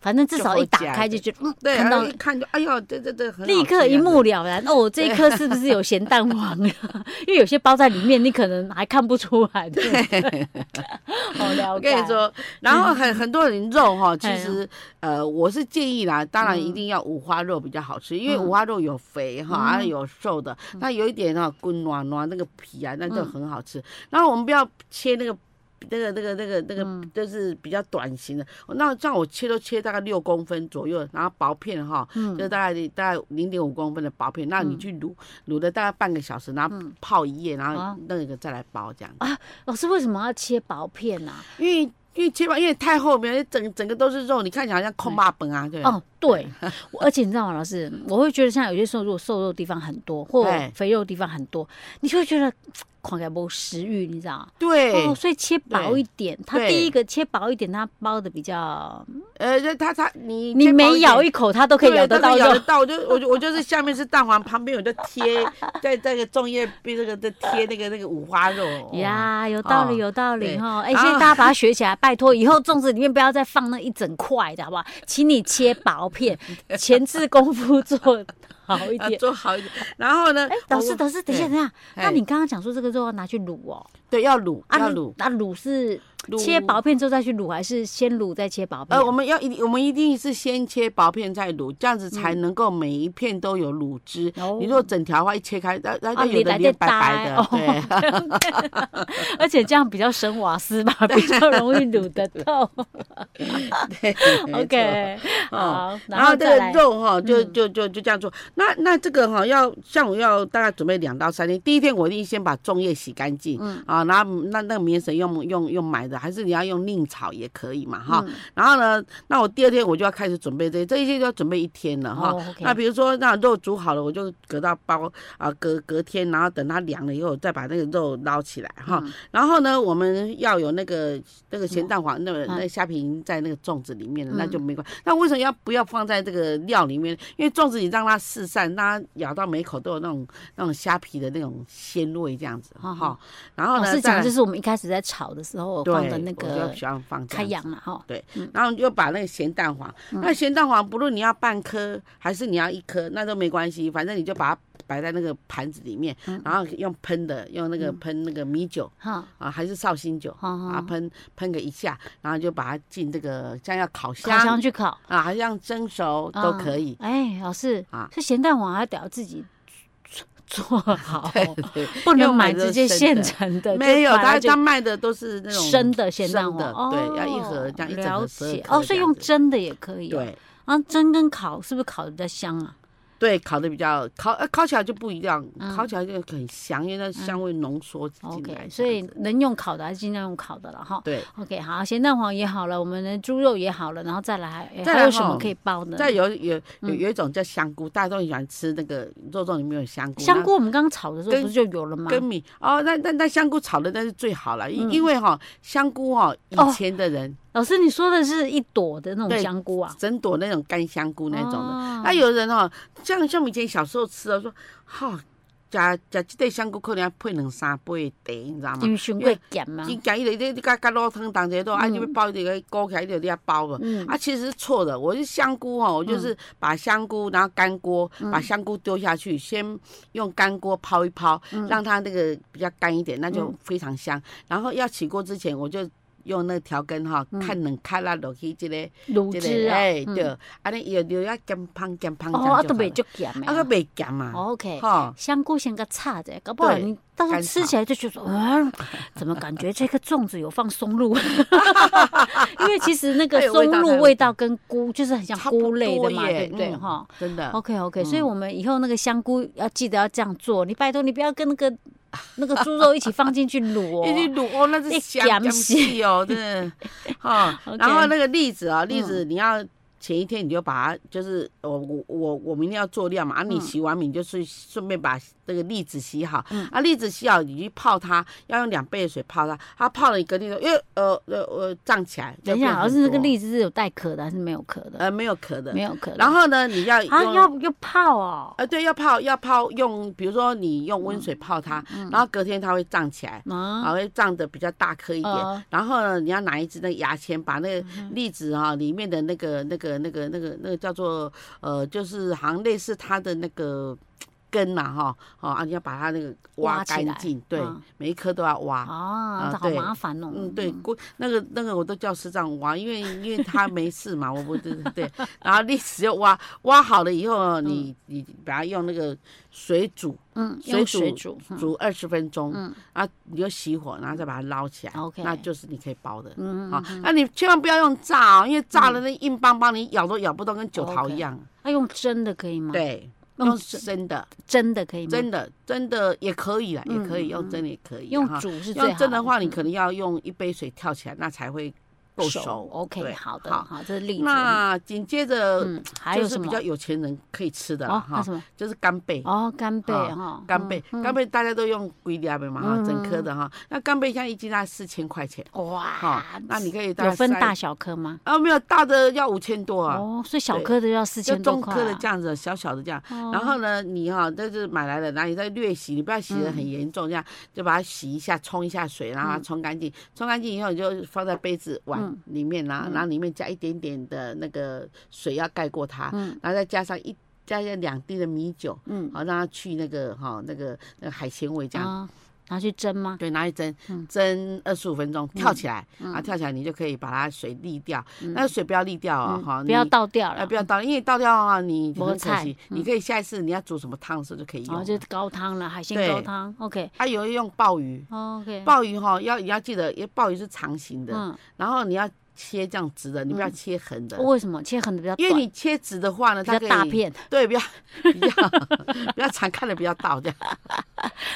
[SPEAKER 1] 反正至少一打开就觉得，嗯，
[SPEAKER 2] 对，
[SPEAKER 1] 看
[SPEAKER 2] 然
[SPEAKER 1] 到
[SPEAKER 2] 后一看就，哎呦，这这这很好
[SPEAKER 1] 立刻
[SPEAKER 2] 吃
[SPEAKER 1] 一
[SPEAKER 2] 呀
[SPEAKER 1] 目了
[SPEAKER 2] 嗯
[SPEAKER 1] 然。哦，这一颗是不是有咸蛋黄？啊
[SPEAKER 2] [LAUGHS]
[SPEAKER 1] 因为有些包在里面，你可能还看不出来。对不对，
[SPEAKER 2] [LAUGHS]
[SPEAKER 1] 好了
[SPEAKER 2] 我
[SPEAKER 1] 解。嗯
[SPEAKER 2] 跟你，说，然后很很多人肉哈，
[SPEAKER 1] [LAUGHS]
[SPEAKER 2] 其
[SPEAKER 1] 哎呀
[SPEAKER 2] 实呃，我是建议啦，当然一定要五花肉比较好吃，因为
[SPEAKER 1] 嗯
[SPEAKER 2] 五花肉有肥哈，还有瘦的，那有一点哈滚软软那个皮啊，那就
[SPEAKER 1] 嗯
[SPEAKER 2] 很好吃。然后我们不要切那个。那个、那个、那个、那个，
[SPEAKER 1] 嗯
[SPEAKER 2] 就是比较短型的。那像我切都切大概六公分左右，然后薄片哈，
[SPEAKER 1] 嗯
[SPEAKER 2] 就大概大概零点五公分的薄片。那你去卤，卤了大概半个小时，然后
[SPEAKER 1] 嗯
[SPEAKER 2] 泡一夜，然后
[SPEAKER 1] 啊
[SPEAKER 2] 那个再来包这样子。
[SPEAKER 1] 老师为什么要切薄片啊呢、
[SPEAKER 2] 因为因为切吧，因为太厚，面整整个都是肉，你看起来好像空霸本啊，对。，
[SPEAKER 1] 哦，对，我而且你知道吗，老师，我会觉得像有些时候，如果瘦肉的地方很多，或
[SPEAKER 2] 哎
[SPEAKER 1] 肥肉的地方很多，你就会觉得看起来没食欲，你知道吗？
[SPEAKER 2] 对，
[SPEAKER 1] 哦，所以切薄一点，它
[SPEAKER 2] 对
[SPEAKER 1] 第一个切薄一点，它包的比较，
[SPEAKER 2] 呃，那它它你
[SPEAKER 1] 你
[SPEAKER 2] 再包
[SPEAKER 1] 每
[SPEAKER 2] 一点
[SPEAKER 1] 咬一口它都可以
[SPEAKER 2] 对
[SPEAKER 1] 咬得
[SPEAKER 2] 它
[SPEAKER 1] 到
[SPEAKER 2] 可以咬得
[SPEAKER 1] 肉。
[SPEAKER 2] 到，我就我就我就是下面是蛋黄，旁边我就贴在在那个粽叶边那个在贴那个那个五花肉。哇，
[SPEAKER 1] 呀，有道
[SPEAKER 2] 哦
[SPEAKER 1] 理，有道理
[SPEAKER 2] 对
[SPEAKER 1] 哈！哎，
[SPEAKER 2] 然
[SPEAKER 1] 现在
[SPEAKER 2] 后
[SPEAKER 1] 大家把它学起来，拜托，以后粽子里面不要再放那一整块的，好不好？请你切薄
[SPEAKER 2] [LAUGHS]
[SPEAKER 1] 片，前置功夫做好一
[SPEAKER 2] 要
[SPEAKER 1] 点。
[SPEAKER 2] 啊做好一点。然后呢
[SPEAKER 1] 哎，，
[SPEAKER 2] 我
[SPEAKER 1] 老师，老师，等一下，等
[SPEAKER 2] 对
[SPEAKER 1] 一下，
[SPEAKER 2] 哎
[SPEAKER 1] 那你刚刚讲说这个肉要拿去卤哦，
[SPEAKER 2] 对要卤
[SPEAKER 1] 啊
[SPEAKER 2] 要卤，
[SPEAKER 1] 那卤是
[SPEAKER 2] 卤
[SPEAKER 1] 切薄片之后再去卤，还是先卤再切薄片
[SPEAKER 2] 呃，？我们要一定，我们一定是先切薄片再卤，这样子才能够每一片都有卤汁。
[SPEAKER 1] 嗯哦
[SPEAKER 2] 你如果整条的话一切开，那那
[SPEAKER 1] 啊
[SPEAKER 2] 就有
[SPEAKER 1] 你
[SPEAKER 2] 的
[SPEAKER 1] 来
[SPEAKER 2] 连
[SPEAKER 1] 得
[SPEAKER 2] 白白
[SPEAKER 1] 呆
[SPEAKER 2] 的，
[SPEAKER 1] 哦
[SPEAKER 2] 对。
[SPEAKER 1] [LAUGHS] 而且这样比较省瓦斯
[SPEAKER 2] [LAUGHS]
[SPEAKER 1] 吧，比较容易卤得透。 [LAUGHS]
[SPEAKER 2] 没错
[SPEAKER 1] OK，
[SPEAKER 2] 哦
[SPEAKER 1] 好，
[SPEAKER 2] 然后这
[SPEAKER 1] 再
[SPEAKER 2] 个
[SPEAKER 1] 来嗯
[SPEAKER 2] 肉哈，就就就就这样做。那那这个哈，要像我要大概准备两到三天。第一天我一定先把粽叶洗干净，
[SPEAKER 1] 嗯
[SPEAKER 2] 啊，然后那那个棉绳用用用买的，还是你要用另炒也可以嘛
[SPEAKER 1] 嗯
[SPEAKER 2] 哈。然后呢，那我第二天我就要开始准备这些，这一些就要准备一天了哈
[SPEAKER 1] 哦。，OK
[SPEAKER 2] 那比如说那肉煮好了，我就隔到包啊，隔隔天，然后等它凉了以后再把那个肉捞起来哈。
[SPEAKER 1] 嗯
[SPEAKER 2] 然后呢，我们要有那个那个咸蛋黄，
[SPEAKER 1] 嗯
[SPEAKER 2] 那个那个虾皮已经在那个粽子里面了，那就没关那为什么要不要放在这个料里面？因为粽子你让它四散，让它咬到每口都有那种那种虾皮的那种鲜味这样子哈。
[SPEAKER 1] 嗯
[SPEAKER 2] 哈然后
[SPEAKER 1] 老
[SPEAKER 2] 呢，
[SPEAKER 1] 师
[SPEAKER 2] 再
[SPEAKER 1] 讲
[SPEAKER 2] 来
[SPEAKER 1] 的就是我们一开始在炒的时候
[SPEAKER 2] 对，
[SPEAKER 1] 放的那
[SPEAKER 2] 我
[SPEAKER 1] 个
[SPEAKER 2] 就喜欢放这
[SPEAKER 1] 开嗯
[SPEAKER 2] 样子
[SPEAKER 1] 阳嘛，哈。
[SPEAKER 2] 对，然后你就把那个咸蛋黄，那咸蛋黄不论你要半颗还是你要一颗，那都没关系，反正你就把它摆在那个盘子里面，
[SPEAKER 1] 嗯
[SPEAKER 2] 然后用喷的，用那个喷那个米酒
[SPEAKER 1] 哈，
[SPEAKER 2] 啊，还是绍兴酒
[SPEAKER 1] 好
[SPEAKER 2] 啊，
[SPEAKER 1] 好，
[SPEAKER 2] 喷喷个一下，然后就把它进这个像要烤
[SPEAKER 1] 烤箱
[SPEAKER 2] 箱
[SPEAKER 1] 去烤
[SPEAKER 2] 啊，还是像蒸熟都可以。
[SPEAKER 1] 哎，老师
[SPEAKER 2] 啊，
[SPEAKER 1] 是咸蛋黄还得要自己
[SPEAKER 2] [LAUGHS]
[SPEAKER 1] 做做好，
[SPEAKER 2] 对，
[SPEAKER 1] 不
[SPEAKER 2] 因为我
[SPEAKER 1] 能
[SPEAKER 2] 买
[SPEAKER 1] 买
[SPEAKER 2] 的是
[SPEAKER 1] 直接
[SPEAKER 2] 生
[SPEAKER 1] 现
[SPEAKER 2] 的
[SPEAKER 1] 成的，
[SPEAKER 2] 没有，
[SPEAKER 1] 它
[SPEAKER 2] 他他卖的都是那种
[SPEAKER 1] 生的咸蛋
[SPEAKER 2] 生的
[SPEAKER 1] 黄，
[SPEAKER 2] 对，要一
[SPEAKER 1] 哦
[SPEAKER 2] 盒这样一整
[SPEAKER 1] 了
[SPEAKER 2] 盒十二
[SPEAKER 1] 解
[SPEAKER 2] 颗
[SPEAKER 1] 哦，所以
[SPEAKER 2] 这样
[SPEAKER 1] 用
[SPEAKER 2] 子
[SPEAKER 1] 蒸的也可以，
[SPEAKER 2] 对，
[SPEAKER 1] 啊，蒸跟烤是不是烤的比较香啊？
[SPEAKER 2] 对，烤的比较烤，呃，烤起来就不一样，
[SPEAKER 1] 嗯
[SPEAKER 2] 烤起来就很香，因为那香味浓缩进来
[SPEAKER 1] OK，
[SPEAKER 2] 这样
[SPEAKER 1] 所以
[SPEAKER 2] 子
[SPEAKER 1] 能用烤的还是尽量用烤的了哈。
[SPEAKER 2] 对。
[SPEAKER 1] OK，好，咸蛋黄也好了，我们的猪肉也好了，然后再来还哎
[SPEAKER 2] 再来
[SPEAKER 1] 还有什
[SPEAKER 2] 哈
[SPEAKER 1] 么可以包呢？
[SPEAKER 2] 再有有
[SPEAKER 1] 嗯
[SPEAKER 2] 有有一种叫香菇，大家都很喜欢吃那个肉粽里面有香菇，
[SPEAKER 1] 香菇我们刚刚炒的时候
[SPEAKER 2] 跟
[SPEAKER 1] 不是就有了吗嗯
[SPEAKER 2] 那？跟米哦，那那那香菇炒的那是最好了，因因为哈香菇哈以
[SPEAKER 1] 哦
[SPEAKER 2] 前的人
[SPEAKER 1] 老师，你说的是一朵的那种
[SPEAKER 2] 对
[SPEAKER 1] 香菇啊？
[SPEAKER 2] 整朵那种干香菇那种的，
[SPEAKER 1] 哦
[SPEAKER 2] 那有人哦，像像我们以前小时候吃的说，哈、食食即块香菇可能要配两三杯的茶，你知道
[SPEAKER 1] 因
[SPEAKER 2] 吗？
[SPEAKER 1] 为伤过咸啊嘛，
[SPEAKER 2] 伊惊伊就你你甲甲卤汤同齐都，啊，你要包一个勾起来，你就要包了。
[SPEAKER 1] 嗯
[SPEAKER 2] 啊，其实是错的。我是香菇哦，我就是把香菇，然后干锅，把香菇丢下去，先用干锅泡一泡，让它那个比较干一点，那就非常香。然后要起锅之前，我就用那个调羹哈，看两卡啦落去这个
[SPEAKER 1] 卤
[SPEAKER 2] 这
[SPEAKER 1] 汁
[SPEAKER 2] 个，
[SPEAKER 1] 啊，
[SPEAKER 2] 哎对，安尼伊就留啊咸香咸香
[SPEAKER 1] 哦，啊哦
[SPEAKER 2] 这样
[SPEAKER 1] 都
[SPEAKER 2] 就好
[SPEAKER 1] 袂
[SPEAKER 2] 了
[SPEAKER 1] 足咸
[SPEAKER 2] 啊个
[SPEAKER 1] 的。
[SPEAKER 2] 袂咸嘛，
[SPEAKER 1] OK，
[SPEAKER 2] 哈，
[SPEAKER 1] 香菇先给炒着，搞不好
[SPEAKER 2] 对
[SPEAKER 1] 你到时候
[SPEAKER 2] 干
[SPEAKER 1] 吃
[SPEAKER 2] 炒
[SPEAKER 1] 起来就觉
[SPEAKER 2] [LAUGHS]
[SPEAKER 1] 得，嗯，怎么感觉这个粽子有放松露？ [LAUGHS] 因为其实那个
[SPEAKER 2] 哎有味
[SPEAKER 1] 松
[SPEAKER 2] 道它
[SPEAKER 1] 露
[SPEAKER 2] 有
[SPEAKER 1] 味道跟菇就是很像
[SPEAKER 2] 差不
[SPEAKER 1] 菇类的
[SPEAKER 2] 多
[SPEAKER 1] 嘛，
[SPEAKER 2] 耶
[SPEAKER 1] 对不对？
[SPEAKER 2] 嗯
[SPEAKER 1] 哈。哦
[SPEAKER 2] 真的。
[SPEAKER 1] OK OK，、所以我们以后那个香菇要记得要这样做，你拜托你不要跟那个那个猪肉一起放进去卤
[SPEAKER 2] [LAUGHS] 一直
[SPEAKER 1] 哦。
[SPEAKER 2] 卤哦，那是
[SPEAKER 1] 一
[SPEAKER 2] 香
[SPEAKER 1] 咸
[SPEAKER 2] 香气哦，
[SPEAKER 1] [LAUGHS]
[SPEAKER 2] 真的哈
[SPEAKER 1] OK。嗯
[SPEAKER 2] 然后那个栗子啊，栗子你要前一天你就把它，就是我我我我明天要做料嘛，啊，你
[SPEAKER 1] 嗯
[SPEAKER 2] 洗完米你就是顺便把这个栗子洗好，
[SPEAKER 1] 嗯
[SPEAKER 2] 啊，栗子洗好你去泡它，要用两倍的水泡它，它泡了一个那种，因为呃呃呃胀起来，
[SPEAKER 1] 等一下，
[SPEAKER 2] 就变
[SPEAKER 1] 好像是那个
[SPEAKER 2] 很多
[SPEAKER 1] 栗子是有带壳的还是没有壳的？
[SPEAKER 2] 呃没有壳的
[SPEAKER 1] 没，有壳的。
[SPEAKER 2] 然后呢你要
[SPEAKER 1] 啊，
[SPEAKER 2] 用
[SPEAKER 1] 要要泡哦。
[SPEAKER 2] 呃对要泡要泡用，比如说你用温水泡它，
[SPEAKER 1] 嗯
[SPEAKER 2] 然后隔天它会胀起来。
[SPEAKER 1] 啊，
[SPEAKER 2] 啊，会胀得比较大颗一点。
[SPEAKER 1] 哦嗯
[SPEAKER 2] 然后呢，你要拿一支那个牙签，把那个栗子啊、里面的那个、那个、那个、那个、那个叫做呃，就是好像类似它的那个根呐、哈，哦啊，你要把它那个
[SPEAKER 1] 挖
[SPEAKER 2] 挖
[SPEAKER 1] 起来
[SPEAKER 2] 干净，对，
[SPEAKER 1] 嗯
[SPEAKER 2] 每一颗都要挖。
[SPEAKER 1] 啊，
[SPEAKER 2] 啊
[SPEAKER 1] 这好
[SPEAKER 2] 对
[SPEAKER 1] 麻烦哦。
[SPEAKER 2] 嗯，对，过那个那个我都叫师长挖，因为因为他没事嘛，我不对对。然后历史要挖挖好了以后，哦你你把它用那个水煮
[SPEAKER 1] 嗯，
[SPEAKER 2] 水
[SPEAKER 1] 用
[SPEAKER 2] 煮
[SPEAKER 1] 水煮。嗯
[SPEAKER 2] 煮二十分钟，
[SPEAKER 1] 嗯
[SPEAKER 2] 啊，你就熄火，然后再把它捞起来
[SPEAKER 1] OK
[SPEAKER 2] 那就是你可以包的。
[SPEAKER 1] 嗯，
[SPEAKER 2] 啊，那你千万不要用炸哦，因为炸了那硬邦邦，你咬都咬不动，跟酒桃
[SPEAKER 1] OK
[SPEAKER 2] 一样。
[SPEAKER 1] 那啊用蒸的可以吗？，
[SPEAKER 2] 对，
[SPEAKER 1] 用
[SPEAKER 2] 用生的，
[SPEAKER 1] 蒸的可以吗？
[SPEAKER 2] 真的真的也可以啦，也可以
[SPEAKER 1] 嗯
[SPEAKER 2] 用蒸的也可以啊。
[SPEAKER 1] 用
[SPEAKER 2] 哈
[SPEAKER 1] 煮是最好。嗯
[SPEAKER 2] 用蒸的话，你可能要用一杯水跳起来，那才会够熟。
[SPEAKER 1] OK，
[SPEAKER 2] 对
[SPEAKER 1] 好的，
[SPEAKER 2] 好，
[SPEAKER 1] 好，这是栗子。
[SPEAKER 2] 那紧接着
[SPEAKER 1] 嗯，还
[SPEAKER 2] 就
[SPEAKER 1] 有
[SPEAKER 2] 是
[SPEAKER 1] 什
[SPEAKER 2] 比
[SPEAKER 1] 么
[SPEAKER 2] 较？有钱人可以吃的了
[SPEAKER 1] 哦，那
[SPEAKER 2] 哈
[SPEAKER 1] 什，么？
[SPEAKER 2] 就是干贝。
[SPEAKER 1] 哦，干贝
[SPEAKER 2] 好
[SPEAKER 1] 哈，
[SPEAKER 2] 干贝，
[SPEAKER 1] 嗯
[SPEAKER 2] 干贝大家都用龟裂的嘛哈，
[SPEAKER 1] 嗯
[SPEAKER 2] 整颗的哈。那干贝现在一斤大概四千块钱，
[SPEAKER 1] 哇
[SPEAKER 2] 哈，，那你可以大概
[SPEAKER 1] 啊有分
[SPEAKER 2] 塞
[SPEAKER 1] 大小颗吗？
[SPEAKER 2] 啊，没有大的要五千多啊，
[SPEAKER 1] 哦，所以小
[SPEAKER 2] 对
[SPEAKER 1] 颗的要四
[SPEAKER 2] 就
[SPEAKER 1] 千多
[SPEAKER 2] 中
[SPEAKER 1] 块啊。
[SPEAKER 2] 颗的这样子，小小的这样。
[SPEAKER 1] 哦，
[SPEAKER 2] 然后呢，你哈、就是买来了，然后你再略洗，你不要洗得
[SPEAKER 1] 嗯
[SPEAKER 2] 很严重，这样就把它洗一下，冲一下水，然后把它冲干净。冲干净以后，你就放在杯子碗
[SPEAKER 1] 嗯
[SPEAKER 2] 里面，啊然后
[SPEAKER 1] 嗯
[SPEAKER 2] 然后里面加一点点的那个水，要盖过它，
[SPEAKER 1] 嗯
[SPEAKER 2] 然后再加上一加上两滴的米酒，
[SPEAKER 1] 嗯，
[SPEAKER 2] 好让它去那个哈、那个那个海鲜味这样。
[SPEAKER 1] 啊，拿去蒸吗？
[SPEAKER 2] 对，拿去蒸
[SPEAKER 1] 嗯，
[SPEAKER 2] 蒸二十五分钟，跳起来，啊，跳起来你就可以把它水沥掉，那水不要沥掉哦，
[SPEAKER 1] 嗯
[SPEAKER 2] 哈，
[SPEAKER 1] 不要
[SPEAKER 2] 你
[SPEAKER 1] 倒掉
[SPEAKER 2] 啊，
[SPEAKER 1] 了
[SPEAKER 2] 不，要倒，因为倒掉的话啊你
[SPEAKER 1] 没
[SPEAKER 2] 很可
[SPEAKER 1] 菜
[SPEAKER 2] 惜。你可以下一次你要煮什么汤的时候就可以
[SPEAKER 1] 然后
[SPEAKER 2] 用。
[SPEAKER 1] 哦就是高汤了，海鲜
[SPEAKER 2] 哦对
[SPEAKER 1] 高汤。OK
[SPEAKER 2] 啊，有人用鲍鱼，
[SPEAKER 1] OK，
[SPEAKER 2] 鲍鱼哈要你要记得，因为鲍鱼是长形的，
[SPEAKER 1] 嗯，
[SPEAKER 2] 然后你要切这样直的，你不要切横的，
[SPEAKER 1] 为什么切很的比较
[SPEAKER 2] 因为
[SPEAKER 1] 短，
[SPEAKER 2] 你切直的话呢，
[SPEAKER 1] 比
[SPEAKER 2] 它
[SPEAKER 1] 较
[SPEAKER 2] 可
[SPEAKER 1] 大
[SPEAKER 2] 以
[SPEAKER 1] 片？
[SPEAKER 2] 对，比较比较比较长，看的比较
[SPEAKER 1] [LAUGHS]
[SPEAKER 2] 到这样。
[SPEAKER 1] [LAUGHS]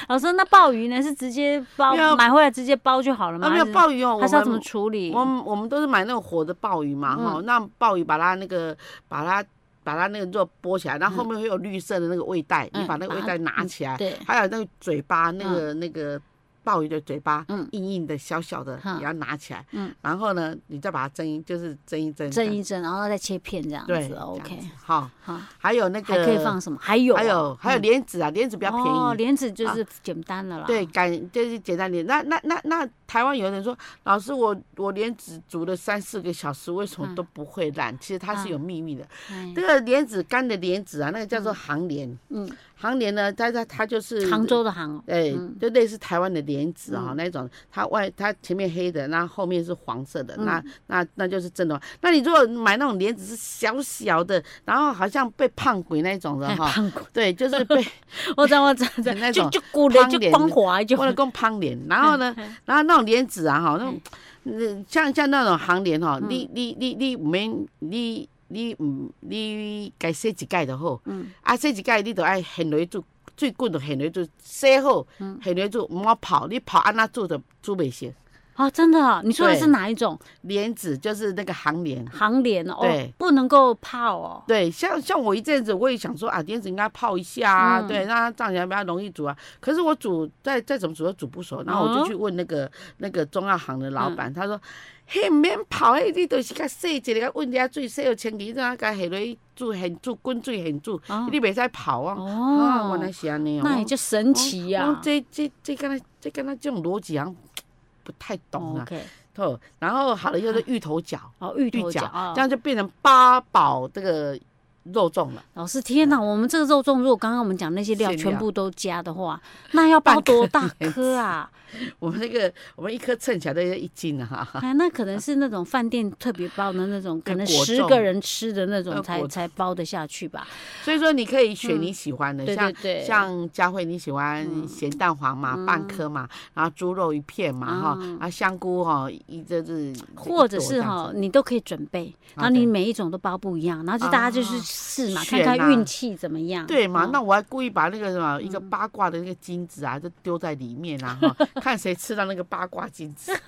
[SPEAKER 1] 老师，那鲍鱼呢？是直接包
[SPEAKER 2] 没有
[SPEAKER 1] 买回来直接包就好了吗？
[SPEAKER 2] 啊，没有
[SPEAKER 1] 还是
[SPEAKER 2] 鲍鱼哦，
[SPEAKER 1] 它
[SPEAKER 2] 我
[SPEAKER 1] 是要怎么
[SPEAKER 2] 们
[SPEAKER 1] 处理？嗯
[SPEAKER 2] 我们我们都是买那种活的鲍鱼嘛，哈、那鲍鱼把它那个把它把它那个肉剥起来，然后后面会有绿色的那个胃带，
[SPEAKER 1] 嗯
[SPEAKER 2] 你把那个胃带拿起来，
[SPEAKER 1] 对，
[SPEAKER 2] 还有那个嘴巴那个、那个鲍鱼的嘴巴，
[SPEAKER 1] 嗯
[SPEAKER 2] 硬硬的小小的
[SPEAKER 1] 嗯
[SPEAKER 2] 也要拿起来，
[SPEAKER 1] 嗯
[SPEAKER 2] 然后呢，你再把它蒸一，就是蒸一蒸，
[SPEAKER 1] 蒸一蒸，然后再切片这样
[SPEAKER 2] 对
[SPEAKER 1] 子。OK，哦
[SPEAKER 2] 好，
[SPEAKER 1] 好，
[SPEAKER 2] 还有那个
[SPEAKER 1] 还可以放什么？还有啊
[SPEAKER 2] 还有还有莲子啊，莲子比较便宜，啊
[SPEAKER 1] 哦，莲啊子就是简单的啦。
[SPEAKER 2] 对，，感就是简单点。那那那那台湾有人说，老师我我莲子煮了三四个小时，为什么
[SPEAKER 1] 嗯
[SPEAKER 2] 都不会烂？其实它是有秘密的。
[SPEAKER 1] 哎
[SPEAKER 2] 这个莲子干的莲子啊，那个叫做杭莲。
[SPEAKER 1] 嗯，
[SPEAKER 2] 杭莲呢，它它它就是
[SPEAKER 1] 杭。州的杭哦，
[SPEAKER 2] 哎，就类似台湾的莲子啊、
[SPEAKER 1] 嗯
[SPEAKER 2] 那种，它外它前面黑的，那后面是黄色
[SPEAKER 1] 嗯
[SPEAKER 2] 的，那那那就是正的。那你如果买那种莲子是小小的，然后好像被胖鬼那种的
[SPEAKER 1] 哎
[SPEAKER 2] 哈，
[SPEAKER 1] 胖过，
[SPEAKER 2] 对，就是被
[SPEAKER 1] [LAUGHS] 我知道我知道我知道，
[SPEAKER 2] 那
[SPEAKER 1] 就
[SPEAKER 2] 种
[SPEAKER 1] 就骨的
[SPEAKER 2] 胖
[SPEAKER 1] 就
[SPEAKER 2] 脸
[SPEAKER 1] 光滑就嗯
[SPEAKER 2] 我。老公胖莲，然后呢，然后那种莲子啊，哈，那种嗯像像那种行莲
[SPEAKER 1] 嗯
[SPEAKER 2] 哈，你你你你唔免你你唔你该洗一盖就好，
[SPEAKER 1] 嗯
[SPEAKER 2] 啊洗一盖你就爱现落去煮，
[SPEAKER 1] 嗯
[SPEAKER 2] 水滚就现落去煮，洗好，现落去煮，毋好泡，你泡安那煮就煮袂熟，
[SPEAKER 1] 啊，真的啊，你说的是
[SPEAKER 2] 对
[SPEAKER 1] 哪一种
[SPEAKER 2] 莲子就是那个杭莲。
[SPEAKER 1] 行莲哦？
[SPEAKER 2] 对
[SPEAKER 1] 不能够泡哦。
[SPEAKER 2] 对，像像我一阵子我也想说啊，莲子应该泡一下啊，
[SPEAKER 1] 嗯
[SPEAKER 2] 对，让它胀起来比较容易煮啊。可是我煮再再怎么煮都煮不熟，然后我就
[SPEAKER 1] 哦嗯
[SPEAKER 2] 去问那个、那个中药行的老板，他说：“嘿，免泡，嘿，你就是较细一个，甲温一下水，洗有清气，让它甲下落去煮，现煮滚水现煮，
[SPEAKER 1] 啊
[SPEAKER 2] 你袂使泡啊。”啊，原
[SPEAKER 1] 哦
[SPEAKER 2] 来，是安尼哦。
[SPEAKER 1] 那也就神奇
[SPEAKER 2] 我
[SPEAKER 1] 呀
[SPEAKER 2] 讲。这这这跟他这跟他这种逻辑好像不太懂啊。
[SPEAKER 1] OK，
[SPEAKER 2] 哦，然后好了以后就芋头饺，
[SPEAKER 1] 哦，芋
[SPEAKER 2] 芋
[SPEAKER 1] 头
[SPEAKER 2] 饺
[SPEAKER 1] 饺啊
[SPEAKER 2] 这。样就变成八宝这个肉粽了，
[SPEAKER 1] 老师，天哪！我们这个肉粽，如果刚刚我们讲那些料
[SPEAKER 2] 嗯馅料
[SPEAKER 1] 全部都加的话，那要包
[SPEAKER 2] [LAUGHS]
[SPEAKER 1] 多大
[SPEAKER 2] 半颗莲子
[SPEAKER 1] 颗
[SPEAKER 2] [LAUGHS]
[SPEAKER 1] 啊？
[SPEAKER 2] 我们那个我们一颗称起来都要一斤啊，哈哈
[SPEAKER 1] 哎，那可能是那种饭店特别包的那种，可能
[SPEAKER 2] 果
[SPEAKER 1] 十
[SPEAKER 2] 冻
[SPEAKER 1] 个人吃的那
[SPEAKER 2] 那
[SPEAKER 1] 种才
[SPEAKER 2] 果
[SPEAKER 1] 才包得下去吧。
[SPEAKER 2] 所以说你可以选你喜欢的，
[SPEAKER 1] 嗯对对
[SPEAKER 2] 像。
[SPEAKER 1] 对，
[SPEAKER 2] 像佳慧，你喜欢
[SPEAKER 1] 嗯
[SPEAKER 2] 咸蛋黄嘛，
[SPEAKER 1] 嗯
[SPEAKER 2] 半颗嘛，然后猪肉一片嘛，哈、
[SPEAKER 1] 嗯
[SPEAKER 2] 然后香菇哈、一就是
[SPEAKER 1] 或者是哈，，你都可以准备，然后你
[SPEAKER 2] 啊对
[SPEAKER 1] 每一种都包不一样，然后就大家就是
[SPEAKER 2] 啊
[SPEAKER 1] 试嘛，看
[SPEAKER 2] 选
[SPEAKER 1] 看
[SPEAKER 2] 啊
[SPEAKER 1] 运气怎么样。
[SPEAKER 2] 对嘛？
[SPEAKER 1] 哦
[SPEAKER 2] 那我还故意把那个什么一
[SPEAKER 1] 嗯
[SPEAKER 2] 个八卦的那个金子啊，就丢在里面啊，哈，
[SPEAKER 1] [LAUGHS]
[SPEAKER 2] 看谁吃到那个八卦金子。
[SPEAKER 1] [LAUGHS]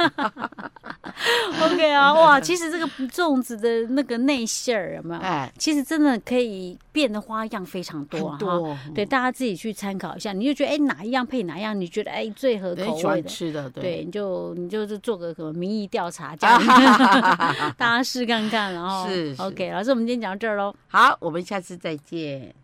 [SPEAKER 1] OK
[SPEAKER 2] [LAUGHS]
[SPEAKER 1] 啊，哇，其实这个粽子的那个内馅儿有没有？
[SPEAKER 2] 哎，
[SPEAKER 1] 其实真的可以变的花样非常多
[SPEAKER 2] 很
[SPEAKER 1] 啊。哈
[SPEAKER 2] 多，嗯
[SPEAKER 1] 对，大家自己去参考一下，你就觉得哎、哪一样配哪一样，你觉得哎、最合
[SPEAKER 2] 嗯，
[SPEAKER 1] 口
[SPEAKER 2] 人喜
[SPEAKER 1] 味
[SPEAKER 2] 欢
[SPEAKER 1] 的，
[SPEAKER 2] 吃的，对。
[SPEAKER 1] 对，你就你就是做个什么民意调查，这
[SPEAKER 2] [LAUGHS] 啊
[SPEAKER 1] 样
[SPEAKER 2] 哈哈哈哈
[SPEAKER 1] 大家试看看，然后
[SPEAKER 2] 是是
[SPEAKER 1] OK，老师，我们今天讲到这儿喽。
[SPEAKER 2] 好，我们下次再见。